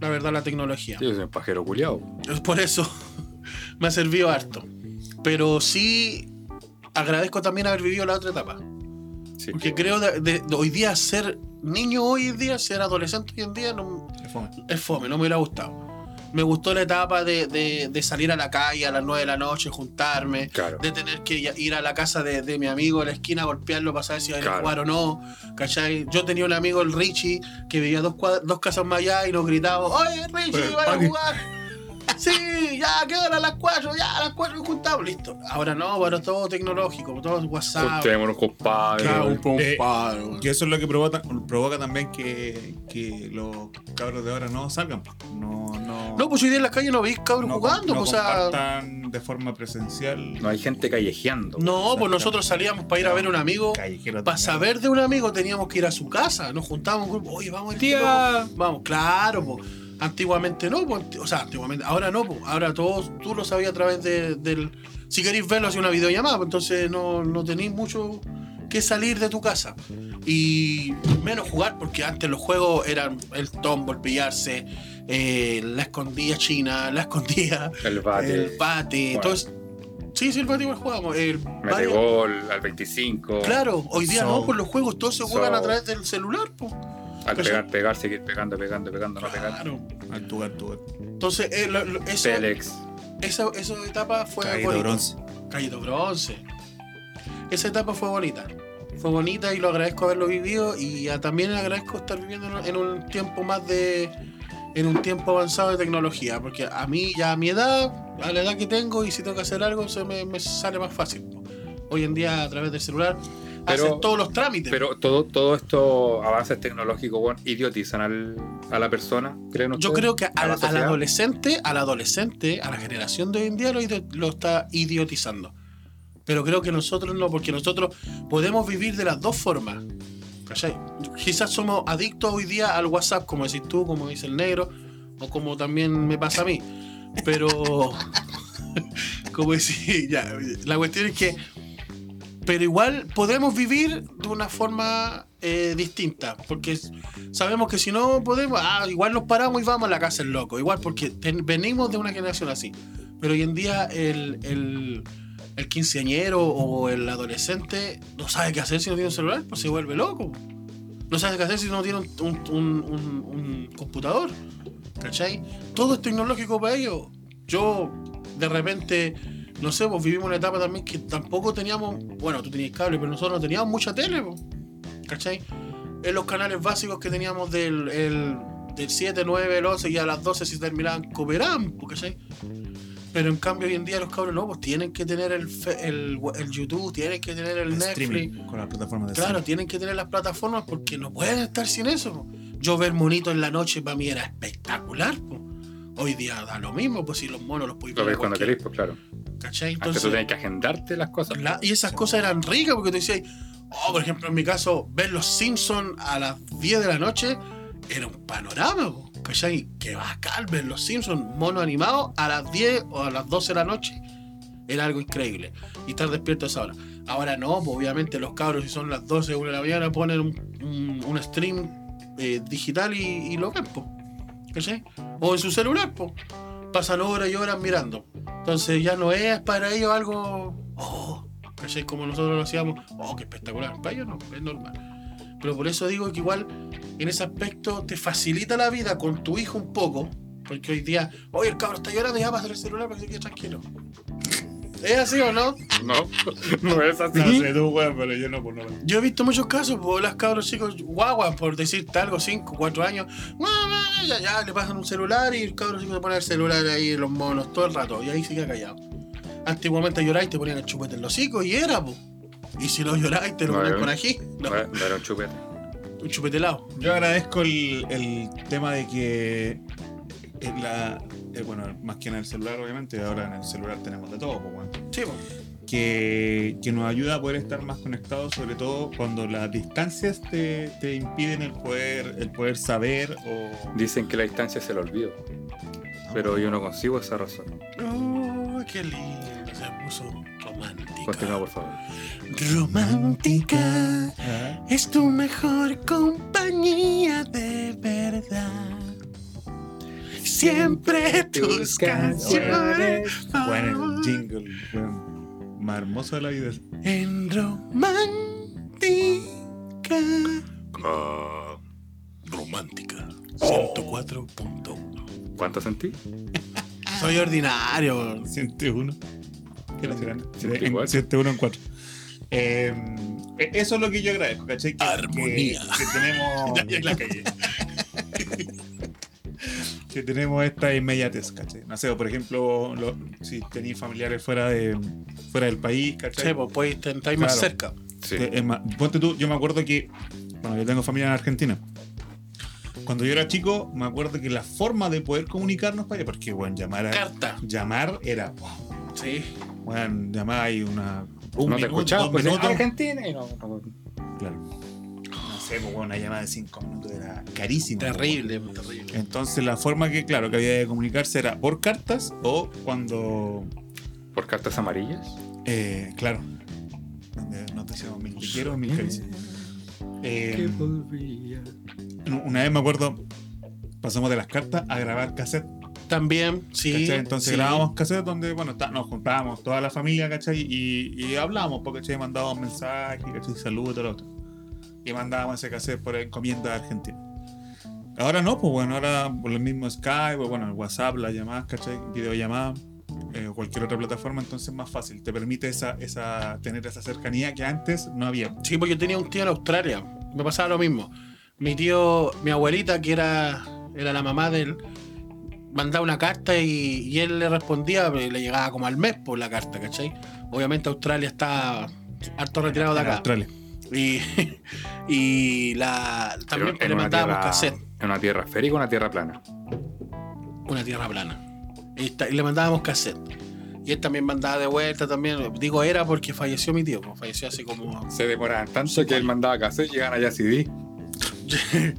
la verdad, la tecnología.
yo soy un pajero culiao.
Es Por eso me ha servido harto. Pero sí agradezco también haber vivido la otra etapa.
Sí,
Porque
pues,
creo de, de- de hoy día ser niño hoy en día, ser adolescente hoy en día, no,
Qué fome.
es fome, no me hubiera gustado. Me gustó la etapa de, de- de salir a la calle a las 9 de la noche, juntarme,
Claro.
de tener que ya- ir a la casa de, de mi amigo en la esquina, golpearlo para saber si iba a ir a
Claro.
jugar o no. ¿Cachai? Yo tenía un amigo, el Richie, que vivía dos, cuad- dos casas más allá y nos gritaba, oye Richie,
Oye,
vaya a
Paqui".
jugar. Sí, ya, ¿qué hora? A las 4, ya, a las 4 nos juntamos, listo. Ahora no, ahora todo tecnológico, todo WhatsApp.
Juntémonos, compadre.
Claro,
weón.
Eh,
compadre, weón.
Que eso es lo que provoca, provoca también que, que los cabros de ahora no salgan. po. No, no,
No, pues hoy día en la calle no veis cabros
no
jugando,
no
pues, o sea.
compartan de forma presencial.
No hay gente callejeando.
No, pues nosotros salíamos para ir a ver a un amigo.
Callejero
Para
también.
saber de un amigo teníamos que ir a su casa. Nos juntábamos un grupo. Oye, vamos a ir.
Tía.
loco. Vamos, claro, pues. Antiguamente no, pues. anti- O sea, antiguamente. Ahora no, pues. Ahora todos, tú lo sabías a través de- del. Si queréis verlo, hacía una videollamada, pues entonces no, no tenéis mucho que salir de tu casa. Y menos jugar, porque antes los juegos eran el tombo, el pillarse, eh, la escondida china, la escondida.
El bate.
El bate.
Bueno.
Entonces, sí, sí, el bate igual jugamos. El
Mete
bate-
gol al 25.
Claro, hoy día
So-
no, pues los juegos todos se
so-
juegan a través del celular, pues.
Al
Eso-
pegar, pegar, seguir pegando, pegando, pegando, no pegar.
Claro.
Al tugar, tugar.
Entonces, eh, lo- lo- eso-
Telex.
esa, esa etapa fue
Caído
bonita.
bronce.
Callito Bronce. Esa etapa fue bonita. Fue bonita y lo agradezco haberlo vivido y a- también agradezco estar viviendo en un- en un tiempo más de... En un tiempo avanzado de tecnología, porque a mí ya a mi edad, a la edad que tengo y si tengo que hacer algo, se me, me sale más fácil. Hoy en día a través del celular
Pero-
hacen todos los trámites.
Pero todo, todo estos avances tecnológicos, weón, idiotizan al, a la persona, creen
Yo
ustedes?
creo que
¿A
al,
la
al
sociedad?
adolescente, al adolescente, a la generación de hoy en día lo, idio- lo está idiotizando. Pero creo que nosotros no, porque nosotros podemos vivir de las dos formas. ¿Cachai? Quizás somos adictos hoy día al WhatsApp, como decís tú, como dice el negro, o como también me pasa a mí. Pero, como decís, ya, la cuestión es que pero igual podemos vivir de una forma eh, distinta, porque s- sabemos que si no podemos, ah, igual nos paramos y vamos a la casa el loco, igual porque ten- venimos de una generación así. Pero hoy en día el, el, el quinceañero o el adolescente no sabe qué hacer si no tiene un celular, pues se vuelve loco. No sabe qué hacer si no tiene un, un- un- un- un computador. ¿Cachai? Todo es tecnológico para ellos. Yo, de repente, no sé, pues vivimos una etapa también que tampoco teníamos, bueno, tú tenías cable, pero nosotros no teníamos mucha tele, pues, ¿cachai? En los canales básicos que teníamos del, el- del 7, 9, el 11 y a las 12 si terminaban, cooperaban, pues, ¿cachai? Pero en cambio hoy en día los cabros no, pues tienen que tener el, fe- el, el YouTube, tienen que tener el
El
Netflix.
streaming con las plataformas de
Claro, tienen que tener las plataformas porque no pueden estar sin eso. po. Yo ver monitos en la noche para mí era espectacular. po. Hoy día da lo mismo, pues si los monos los puedes
Lo
ver
ves cuando
cualquier-
queréis, pues claro.
¿Cachai?
Antes tú
Entonces,
tenías que agendarte las cosas.
la- y esas cosas eran ricas porque tú decías, oh, por ejemplo, en mi caso, ver los Simpsons a las 10 de la noche era un panorama, po, ¿cachai? Que bacán ver los Simpsons mono animado a las 10 o a las 12 de la noche era algo increíble. Y estar despierto a esa hora. Ahora no, pues, obviamente los cabros, si son las 12 o 1 de la mañana, ponen un, un- un stream eh, digital y, y lo ven, po, ¿cachai? O en su celular, pues. Pasan horas y horas mirando. Entonces ya no es para ellos algo. Oh, ¿cachai? Como nosotros lo hacíamos. Oh, qué espectacular. Para ellos no, es normal. Pero por eso digo que igual en ese aspecto te facilita la vida con tu hijo un poco. Porque hoy día, oye, el cabrón está llorando, ya pasa el celular para que se quede tranquilo. ¿Es así o no?
No, no es así.
No sé tú, weón, pero yo no, pues no. lo-
Yo he visto muchos casos, pues las cabros chicos, guaguas, por decirte algo, 5, 4 años, "Mamá", ya, ya le pasan un celular y el cabro chico se pone el celular ahí en los monos todo el rato y ahí se queda callado. Antiguamente lloráis, te ponían el chupete en los hocicos y era, pues. Y si no lloráis, te lo
No,
ponían
eh.
con ají, no,
No, era- no era un chupete.
un chupetelado.
Yo agradezco el, el tema de que eh, en la, eh, bueno, más que en el celular, obviamente, ahora en el celular tenemos de todo, pues, weón.
Sí, pues.
que, que nos ayuda a poder estar más conectados, sobre todo cuando las distancias te, te impiden el poder, el poder saber o...
Dicen que la distancia es el olvido. Pero yo no consigo esa razón.
Oh, qué lindo. Se puso romántica.
Continúa, por favor.
Romántica es tu mejor compañía de verdad. Siempre tus canciones
Bueno, el jingle, weón. Más hermoso de la vida.
en romántica. romántica. 104.1.
¿Cuánto sentí?
Soy ordinario.
101. Que la serán.
Siete,
En-
cuatro.
101 en 4. eso es lo que yo agradezco, ¿cachai? Que,
Armonía.
Que, que tenemos.
en la calle.
que tenemos esta inmediatez, ¿cachai? No sé, o por ejemplo, lo- si tenéis familiares fuera, de, fuera del país, ¿cachai?
Sí, pues puedes estar más
Claro.
cerca.
Sí.
Eh, es más, ponte tú, yo me acuerdo que. Bueno, yo tengo familia en Argentina. Cuando yo era chico, me acuerdo que la forma de poder comunicarnos para allá, porque, bueno, llamar a-
Carta.
Llamar era.
Sí.
Bueno, llamaba ahí una. Un
no te escuchaba,
dos
pues
minutos.
Argentina y no. no-
Claro. No sé, pues, bueno, una llamada de 5 minutos era carísima.
Terrible, terrible.
Entonces la forma que, claro, que había de comunicarse era por cartas o cuando,
¿Por cartas amarillas?
eh, claro, donde nos decíamos mil te quiero, mil caricias. Eh, una vez me acuerdo, pasamos de las cartas a grabar cassette.
También, sí.
¿cachai? Entonces
sí.
grabábamos cassette donde, bueno, ta- nos juntábamos toda la familia, ¿cachai? Y, y hablábamos, porque, ¿cachai? Mandábamos mensajes, ¿cachai? Saludos y todo lo otro. Y mandábamos ese cassette por encomienda de Argentina. Ahora no, pues bueno, ahora por el mismo Skype, o bueno, el WhatsApp, las llamadas, ¿cachai? Videollamadas, eh, o cualquier otra plataforma, entonces es más fácil. Te permite esa, esa, tener esa cercanía que antes no había.
Sí, porque yo tenía un tío en Australia. Me pasaba lo mismo. Mi tío, mi abuelita, que era, era la mamá de él, mandaba una carta y, y él le respondía, pero le llegaba como al mes por la carta, ¿cachai? Obviamente Australia está harto retirado de
En
acá.
Australia.
Y, y la, también pues,
Pero en
le
una
mandábamos
tierra-
cassette,
En una tierra esférica o una tierra plana.
una tierra plana. Y, esta- y le mandábamos cassette. Y él también mandaba de vuelta también. Digo era porque falleció mi tío, pues, falleció hace como.
Se demoraban tanto que él mandaba cassette y llegaban allá CD.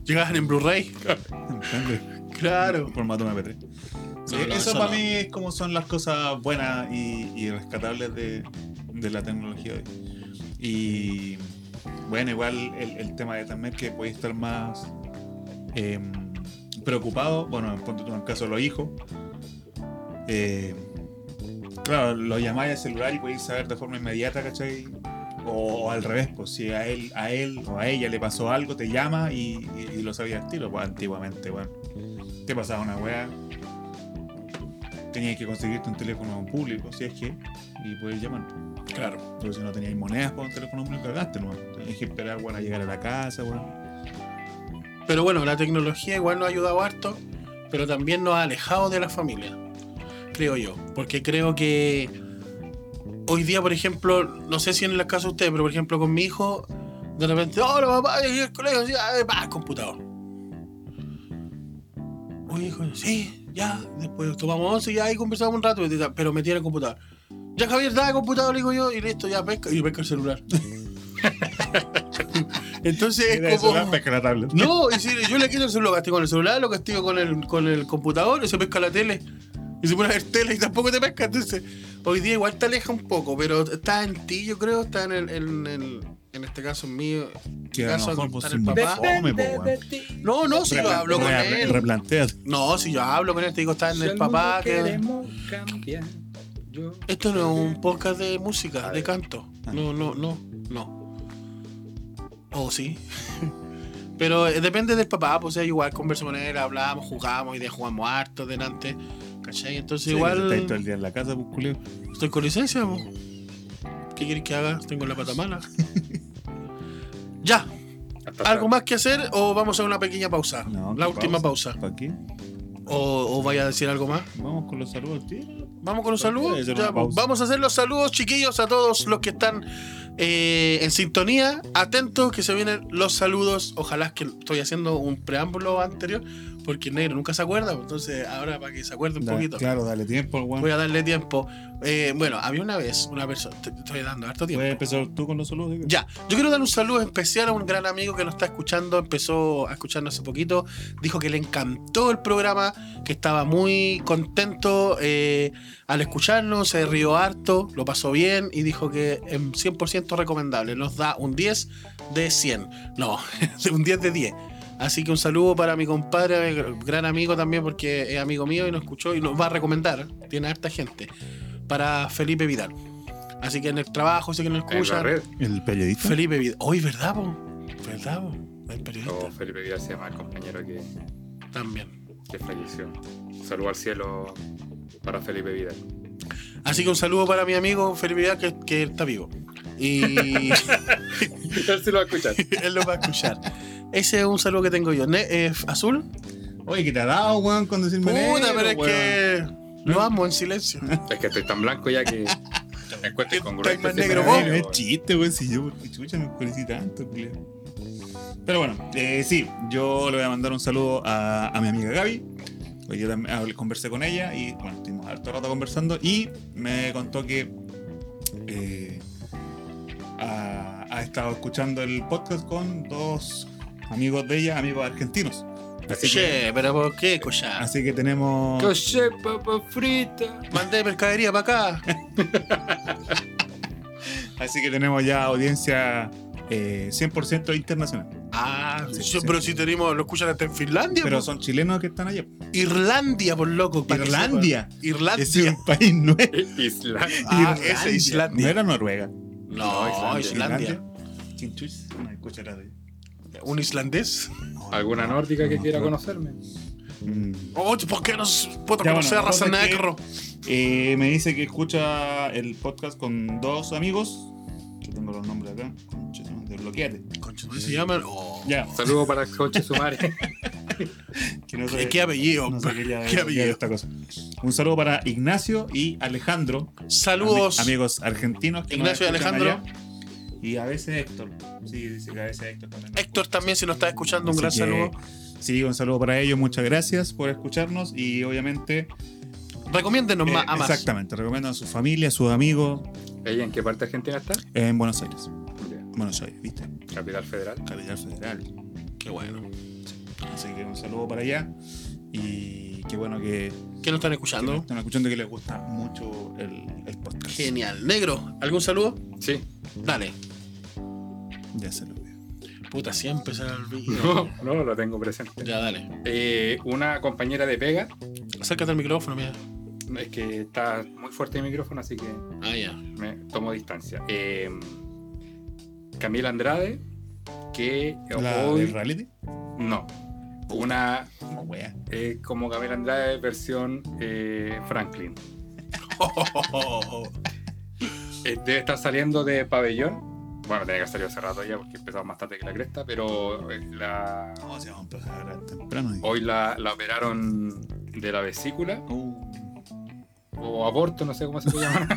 Llegaban en Blu-ray.
¿Entiendes?
Claro.
Formato MP3. Sí,
No, no,
eso,
eso
para
no.
mí es como son las cosas buenas y, y rescatables de, de la tecnología hoy. Y bueno, igual el, el tema de también que puede estar más eh, preocupado, bueno, ponte tú en el caso de los hijos. Eh, claro, lo llamáis al celular y podéis saber de forma inmediata, ¿cachai? O, o al revés, pues si a él, a él o a ella le pasó algo, te llama y, y- y lo sabía al tiro, pues antiguamente, bueno. Te pasaba una weá. Tenías que conseguirte un teléfono público, si es que, y poder llamar.
Claro.
Pero si no tenías monedas para un teléfono público, cagaste, no. Tenías que esperar, weón, a llegar a la casa, weón.
Pero bueno, la tecnología igual nos ha ayudado harto, pero también nos ha alejado de la familia, creo yo. Porque creo que hoy día, por ejemplo, no sé si en el caso de ustedes, pero por ejemplo con mi hijo, de repente, hola papá, yo al colegio, sí, ah, pa, computador. Oye, hijo, sí, ya, después tomamos once, ya ahí conversamos un rato, pero metí en el computador. Ya Javier, da el computador, le digo yo, y listo, ya pesca, y pesca el celular. Entonces es
Era eso,
como...
la pesca la tablet.
No, y si yo le quito el celular, lo castigo con el celular, lo castigo con el, con el computador, y se pesca la tele. Y se pone a ver tele y tampoco te pesca. Entonces, hoy día igual te aleja un poco, pero está en ti, yo creo, está en el, en, el- en este caso mío.
Que a lo
caso,
mejor
está
pues,
en
es
el
un
papá.
fome, po, weón.
No, no, si yo hablo con
Replan-
él.
Replanteate.
No, si yo hablo con él, te digo, está en el papá. Que...
cambiar. Yo
Esto no es un podcast de música, de canto.
Ah.
No, no, no, no. Oh, sí. Pero eh, depende del papá, pues eh, igual converso con él, hablamos, jugamos y de jugamos harto delante. ¿Cachai? Entonces
Sí,
igual.
Estáis todo el día en la casa, pues, culio.
Estoy con licencia, mo. ¿Qué quieres que haga? Tengo la pata mala. ya. ¿Algo más que hacer o vamos a una pequeña pausa?
No,
la
¿qué
última pausa.
¿Para qué?
O, ¿O vaya a decir algo más?
Vamos con los saludos, tío.
Vamos con los
¿Por qué
saludos.
hacer
Ya,
una pausa?
vamos a hacer los saludos, chiquillos, a todos los que están eh, en sintonía. Atentos que se vienen los saludos. Ojalá que estoy haciendo un preámbulo anterior. porque el negro nunca se acuerda, pues, entonces ahora para que se acuerde un
Da-
poquito.
Claro, dale tiempo, weón.
Voy a darle tiempo. Eh, bueno, había una vez una persona, te te estoy dando harto tiempo.
Puedes empezar tú con los saludos. digo.
Ya, yo quiero dar un saludo especial a un gran amigo que nos está escuchando, empezó a escucharnos hace poquito, dijo que le encantó el programa, que estaba muy contento eh, al escucharnos, se rió harto, lo pasó bien y dijo que es 100% recomendable, nos da un 10 de 100, no, de un 10 de 10. Así que un saludo para mi compadre, mi gran amigo también, porque es amigo mío y nos escuchó y nos va a recomendar, tiene harta gente, para Felipe Vidal. Así que en el trabajo, sé que nos
En la
escuchan.
red.
El periodista.
Felipe Vidal. Hoy, ¿verdad, po? ¿Verdad, po? El periodista
O Felipe Vidal se llama el compañero que,
Oh.
también.
que falleció. Saludo al cielo para Felipe Vidal.
Así que un saludo para mi amigo Felipe Vidal, que, que está vivo. Y
Él sí lo va a escuchar.
él lo va a escuchar. Ese es un saludo que tengo yo. Ne- eh, ¿Azul?
Oye, ¿qué te ha dado, weón, con decirme
Puta,
negro,
pero es
weón?
que
¿Mm?
lo amo en silencio.
Es que estoy tan blanco ya que me encuentro incongruente.
Estoy más
ese
negro,
comentario,
Ay, no Este es
weón.
chiste, weón. Si yo, porque chucha, me conocí tanto, culiao. Pero bueno, eh, sí, yo le voy a mandar un saludo a, a mi amiga Gaby. Hoy yo también hablé- conversé con ella y, bueno, estuvimos harto rato conversando y me contó que eh, ha, ha estado escuchando el podcast con dos amigos de ella, amigos argentinos. Así que,
Che, pero ¿por qué, cochá?
así que tenemos.
Coche, papa frita.
Mandé mercadería para acá.
Así que tenemos ya audiencia eh, 100% internacional.
Ah,
Sí,
yo-
sí.
pero si tenemos, lo escuchan hasta en Finlandia,
Pero
po.
son chilenos que están allá.
Irlandia, por loco. pa' que
Irlandia.
sepan.
Ese
Irlandia.
es un país nuevo.
Isla.
Ah,
Irlandia.
ese es Islandia.
No era Noruega.
No,
No,
Islandia.
Chinchus, una cuchara de-
¿Un islandés?
¿Alguna nórdica que
No,
quiera
no.
Pues,
conocerme?
Mm.
Oye, ¿por qué no se puedo
Ya,
conocer
bueno,
a raza
la cosa es que-
negro?
Eh, me dice que escucha el podcast con dos amigos. Yo tengo los nombres acá. Concha, se me- Desbloquéate.
Concha, ¿cómo se llaman? Oh,
Ya.
Saludos para el coche sumare.
que no
¿Qué,
sé-
qué apellido?
no sé qué ya-
qué
ya
apellido.
esta cosa. Un saludo para Ignacio y Alejandro,
Saludos.
Ami- amigos argentinos. que
Ignacio y
nos escuchan
Alejandro.
allá. Y a veces Héctor. Sí, dice que a veces Héctor también. nos
Héctor
escucha.
también, si nos está escuchando, un
Así
gran
que,
saludo.
Sí, un saludo para ellos. Muchas gracias por escucharnos y obviamente.
Recomiéndenos
eh,
más a más.
exactamente, recomiendo a su familia, a sus amigos
¿Ella en qué parte de Argentina está?
en Buenos Aires.
Ya,
Buenos Aires, ¿viste?
Capital Federal.
Capital Federal.
Qué bueno.
Así que un saludo para allá. Y qué bueno que,
¿Qué nos están
que nos
escuchando?
están escuchando y que les gusta mucho el, el podcast.
Genial. Negro, ¿algún saludo?
Sí.
Dale.
Ya se lo veo.
Puta, siempre se me olvida.
No, no lo tengo presente.
ya, dale.
Eh, una compañera de pega.
Acércate al micrófono, mira.
Es que está muy fuerte el micrófono, así que
Ah, ya.
me tomo distancia. Eh, Camila Andrade, que eh,
¿La
hoy-
de reality?
no. Una
Como wea.
eh, como Camila Andrade versión eh, Franklin. Eh, debe estar saliendo de pabellón. Bueno, tenía que salir hace rato ya porque empezamos más tarde que la cresta, pero eh, la-
No, Oh, se va a empezar ahora temprano. y-
hoy la, la operaron de la vesícula
Oh.
Uh.
o aborto, no sé cómo se le llama.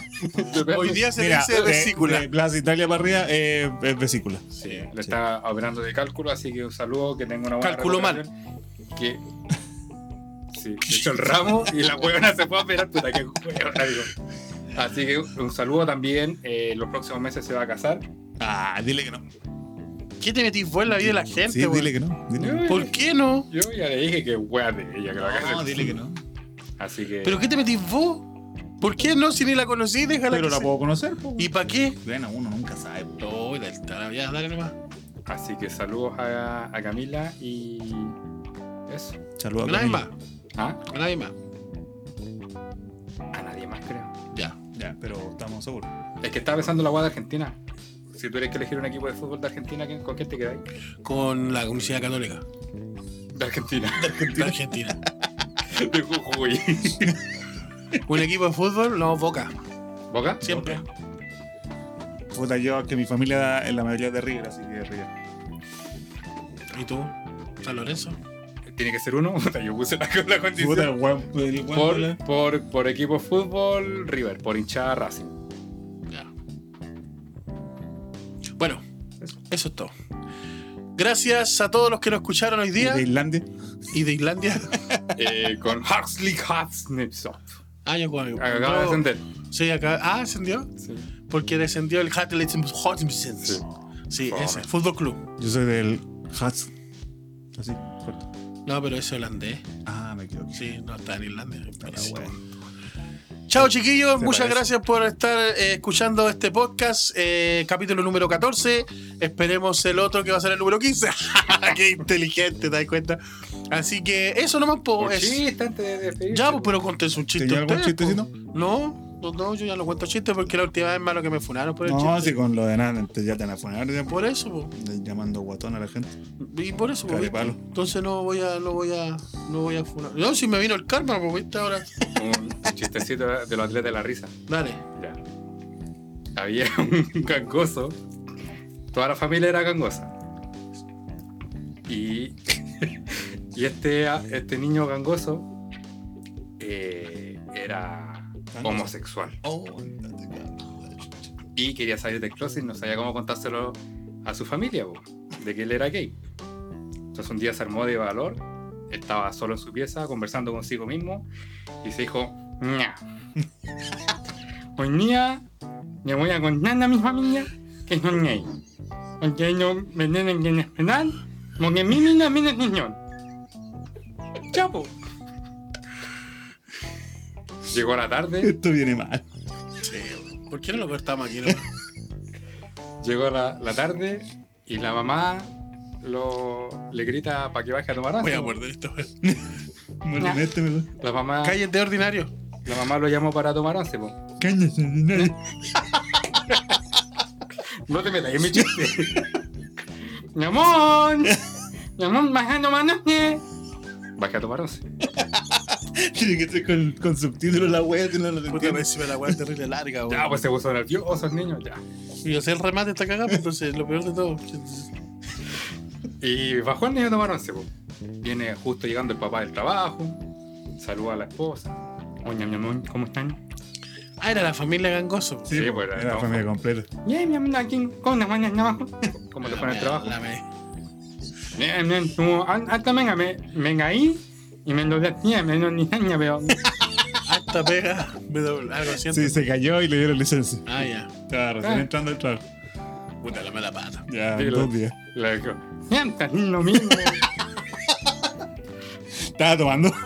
Hoy día se
Mira,
eh,
dice
de-
vesícula.
de Plaza Italia para arriba eh, es vesícula.
Sí, Eh, le
sí.
está operando de cálculo, así que un saludo, que tenga una buena
Cálculo mal.
recuperación, Que... Sí, le echó el ramo y la huevona se fue a operar, puta, qué huevona, digo. Así que un saludo también, eh, los próximos meses se va a casar.
Ah, dile que no.
¿Qué te metís vos en la vida de la gente,
Sí,
weón?
dile que no. Dile que no.
¿Por qué no?
Yo ya le dije que hueá de ella que la casa.
No, Ah, dile que no.
Así que...
¿Pero qué te metís vos? ¿Por qué no? Si ni la conocí, déjala
Pero
que
la
se-
puedo conocer. po.
¿Y para qué?
Bueno, uno nunca sabe. po.
No, del tal- ya, dale nomás.
Así que saludos a, a Camila y... Eso.
Saludos
Nadie
Camila.
más,
¿Ah?
nadie más.
A nadie más creo.
Ya.
Ya, pero estamos seguros.
Es que estaba pensando la hueá de Argentina. Si tuvieras que elegir un equipo de fútbol de Argentina, ¿quién- ¿con quién te quedáis?
Con la Universidad Católica
De Argentina.
de Argentina.
De Jujuy.
Un equipo de fútbol, no, Boca.
¿Boca?
Siempre.
Puta, yo que mi familia en la mayoría es de River, así que de River.
¿Y tú? ¿San Lorenzo?
Tiene que ser uno. Puta, Yo puse la, la
Puta,
condición.
el weón- el weón de
Por,
la-
por, por equipo fútbol, River. Por hinchada, Racing.
Ya. Bueno, eso es todo. Gracias a todos los que nos escucharon hoy día
de Islandia.
y de Islandia.
Eh, con Huxley Huxnipsop.
Ah, yo, bueno, yo-
Acaba de
yo-
ascender.
Sí, acá. Ah, ascendió.
Sí.
Porque descendió el Hatley Hotchins.
Sí.
Sí,
Fome.
ese. Fútbol Club.
Yo soy del Hats. Así, corto.
No, pero ese holandés.
Ah, me equivoqué. Ah,
Sí, no está en Islandia.
Sí.
Parece. Chao chiquillos,
Se
muchas
parece.
gracias por estar eh, escuchando este podcast, eh, capítulo número 14. Esperemos el otro que va a ser el número 15. Qué inteligente, te das cuenta. Así que eso nomás
Oh,
po,
Un
es-
chiste Pues antes de despedirse.
Ya, pues, pero conté su chiste.
¿Tenía algún
ustedes,
chistecito?
po. No, no, no, yo ya no cuento chistes porque la última vez malo que me funaron por el
No,
chiste.
si con lo de nada, entonces ya te van a funar, ya, po.
Por eso, po.
llamando guatón a la gente.
y por eso, po,
Cara de
¿viste?
palo.
entonces no voy a, no voy a, no voy a funar. No, si me vino el karma, pues viste ahora.
Un chistecito de los atletas de la risa.
Dale.
Ya. Había un gangoso. Toda la familia era gangosa. Y, y este, este niño gangoso eh, era homosexual.
Oh,
Y quería salir del closet y no sabía cómo contárselo a su familia, po, de que él era gay. Entonces un día se armó de valor, estaba solo en su pieza conversando consigo mismo y se dijo, ña. Hoy día me voy a contar a mi familia que son gay. Porque ellos me tienen que esperar porque mi mina mi niño. Chapo. Llegó la tarde,
Esto viene mal.
Sí, po. ¿Por qué no lo cortamos aquí? no?
llegó la, la tarde y la mamá lo, le grita para que baje a tomar
Voy a
once.
morder esto.
Bueno,
Ya.
este me
La mamá,
Cállate, ordinario.
la mamá lo llamó para tomar once. po.
Cállate, nadie.
No te metas, es mi chiste. Mi amor, mi amor, baja a tomar once. Baja a tomar once.
Tiene que ser con, con subtítulos la wea, si no lo
Puta,
entiendes.
encima la weá terrible larga,
Ya, pues se puso nervioso el niño, ya.
Y hacer el remate está cagado, pues, entonces lo peor de todo.
Y bajó el niño a tomar once, po. Viene justo llegando el papá del trabajo, saluda a la esposa. Oña, mi amor, ¿cómo están?
Ah, era la familia gangoso. pues.
Sí, pues,
era
no,
la familia completa.
Bien, mi amor, aquí, ¿cómo las mañas abajo? ¿Cómo te fue en el trabajo?
La me-
Bien, bien, tú, an- hasta venga, me, venga ahí y me lo decía, me lo diseña, pero...
Hasta pega. Me doble, algo así.
Sí, se cayó y le dieron licencia.
Ah, ya.
Estaba recién
Ah.
entrando al trabajo.
Puta, la mala pata.
Ya,
Dilo.
dos días.
Le digo, siempre es lo mismo.
Estaba tomando.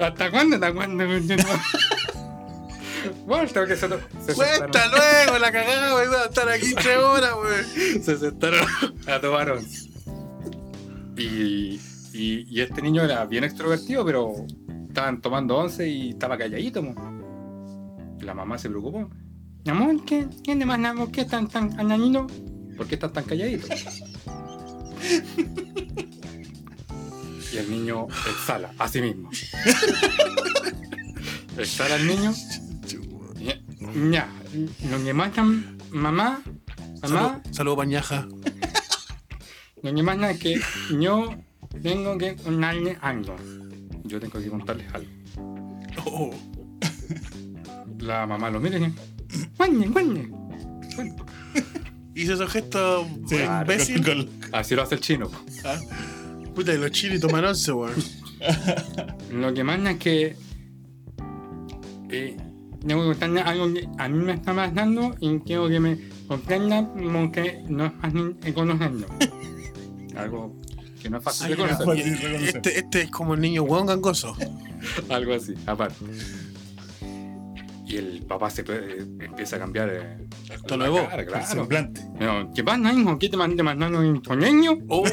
¿Hasta cuándo? ¿Hasta cuándo? Vuelta, que se, to- se
Cuenta luego, la cagada, wey. Voy a estar aquí tres horas, wey.
se sentaron a tomar once. Y, y, y este niño era bien extrovertido, pero estaban tomando once y estaba calladito. mo. La mamá se preocupó. Mi Amor, ¿qué, qué demás, na- ¿Por qué están tan calladito? ¿Por qué están tan calladitos? Y el niño exhala, así mismo. exhala el niño. Ya, ya. Lo que más tam- mamá, mamá,
Saludos, saludo, pañaja.
lo que pasa es que yo tengo que contarle algo. Yo tengo que contarles algo.
Oh,
La mamá lo mira y dice, "Cuente, cuente". Cuente.
Hizo esos gestos,
Sí,
wey, Ah, imbécil.
Con, con-
Así lo hace el chino. po.
Ah. Puta, y los chinos toman once, wey.
Lo que pasa es que eh, tengo que contarle algo que a mí me está pasando y quiero que me comprendan porque no es fácil de conocerlo. Algo que no es fácil de
Ay,
conocer.
fácil de reconocer.
Este, este es como el niño weón gangoso.
Algo así, aparte. Mm. Y el papá se pe- empieza a cambiar. eh,
Hasta
la
luego.
cara,
con
claro.
semblante.
No, ¿Qué pasa, hijo? ¿Qué te mandé mandando un toneño?
Oh,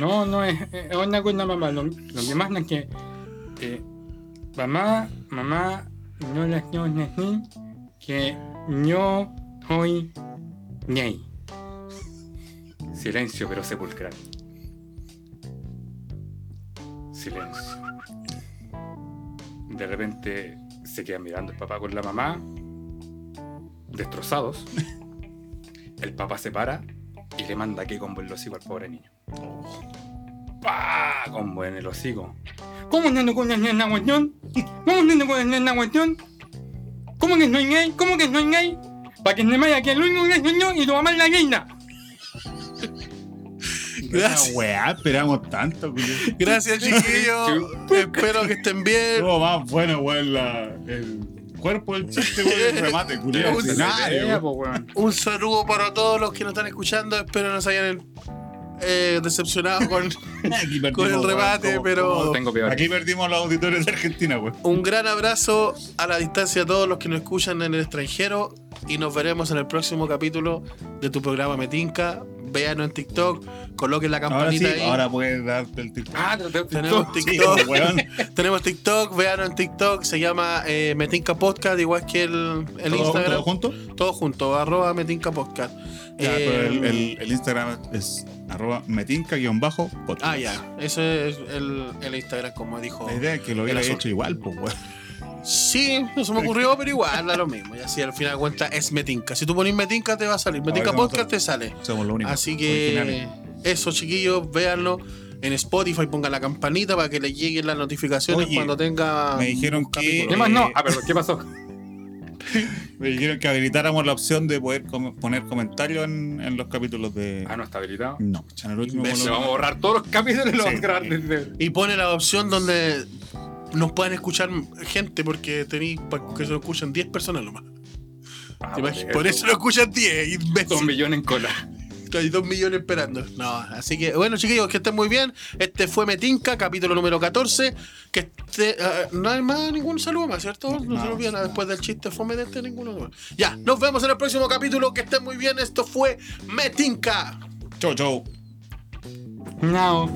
No, no, es, es una cosa, mamá. Lo, lo que pasa es que. eh, mamá, mamá, no les quiero decir que yo soy gay. Silencio, pero sepulcral. Silencio. De repente se quedan mirando el papá con la mamá, destrozados. El papá se para y le manda que combo en el hocico al pobre niño. ¡Pah! Combo en el hocico. ¿Cómo no con la cuestión? ¿Cómo no con la cuestión? ¿Cómo que soy gay? ¿Cómo que soy gay?
Para que se vaya que el único que soy yo y tu mamá es la reina.
Gracias. weá, esperamos tanto, culiao.
Gracias, chiquillos. Espero que estén bien.
Estuvo más bueno, weón, la- el cuerpo del chiste, weón, el remate, culiao.
Sí,
ordinario,
Ya,
weón.
pues, weón.
Un saludo para todos los que nos están escuchando. Espero no se hayan eh, decepcionado con,
Aquí
con el
weón,
remate,
como-
pero
Tengo peor.
Aquí perdimos a los auditores de Argentina, weón.
un gran abrazo a la distancia a todos los que nos escuchan en el extranjero y nos veremos en el próximo capítulo de tu programa Metinca. Véanos en TikTok, coloquen la
Ahora sí,
campanita ahí.
ahora puedes darte el TikTok.
Ah, te- te- te-
Tenemos
Sí,
TikTok.
weón.
Tenemos TikTok, véanos en TikTok, se llama eh, Metinca Podcast, igual que el, el
¿Todo-
Instagram.
todo junto?
Todo junto, arroba Metinca Podcast.
Ya,
Eh,
pero el, el- el Instagram es arroba metinca-podcast.
Ah, ya, ese es el, el Instagram, como dijo.
La idea es que lo hubiera
El azul.
hecho igual, pues, weón.
Sí, no se me ocurrió, pero igual, da lo mismo. Y así al final de cuentas es Metinca. Si tú pones Metinca, te va a salir. Metinca
somos
Podcast te sale.
Somos los únicos.
Así que
originales.
eso, chiquillos, véanlo. En Spotify pongan la campanita para que les lleguen las notificaciones
Oye,
cuando tenga.
me dijeron que.
¿Qué más no?
eh,
Ah, perdón, ¿qué pasó?
Me dijeron que habilitáramos la opción de poder com- poner comentarios en, en los capítulos de.
Ah, no está habilitado.
No, en el último.
Le vamos a
volumen.
borrar todos los capítulos y los
Sí.
vamos a grabar desde-
Y pone la opción donde nos puedan escuchar gente, porque tenéis para que se lo escuchen 10 personas nomás.
Ah,
¿Te
por
imaginas? Por eso lo escuchan 10, imbécil.
Dos millones en cola.
Hay dos millones esperando. No, así que, bueno, chiquillos, que estén muy bien. Este fue Metinca, capítulo número 14. Que esté- ah, no hay más ningún saludo más, ¿cierto? No, se
No,
olviden
no.
después del chiste fome de este, ninguno más. Ya, nos vemos en el próximo capítulo. Que estén muy bien. Esto fue Metinca.
Chau, chau.
No.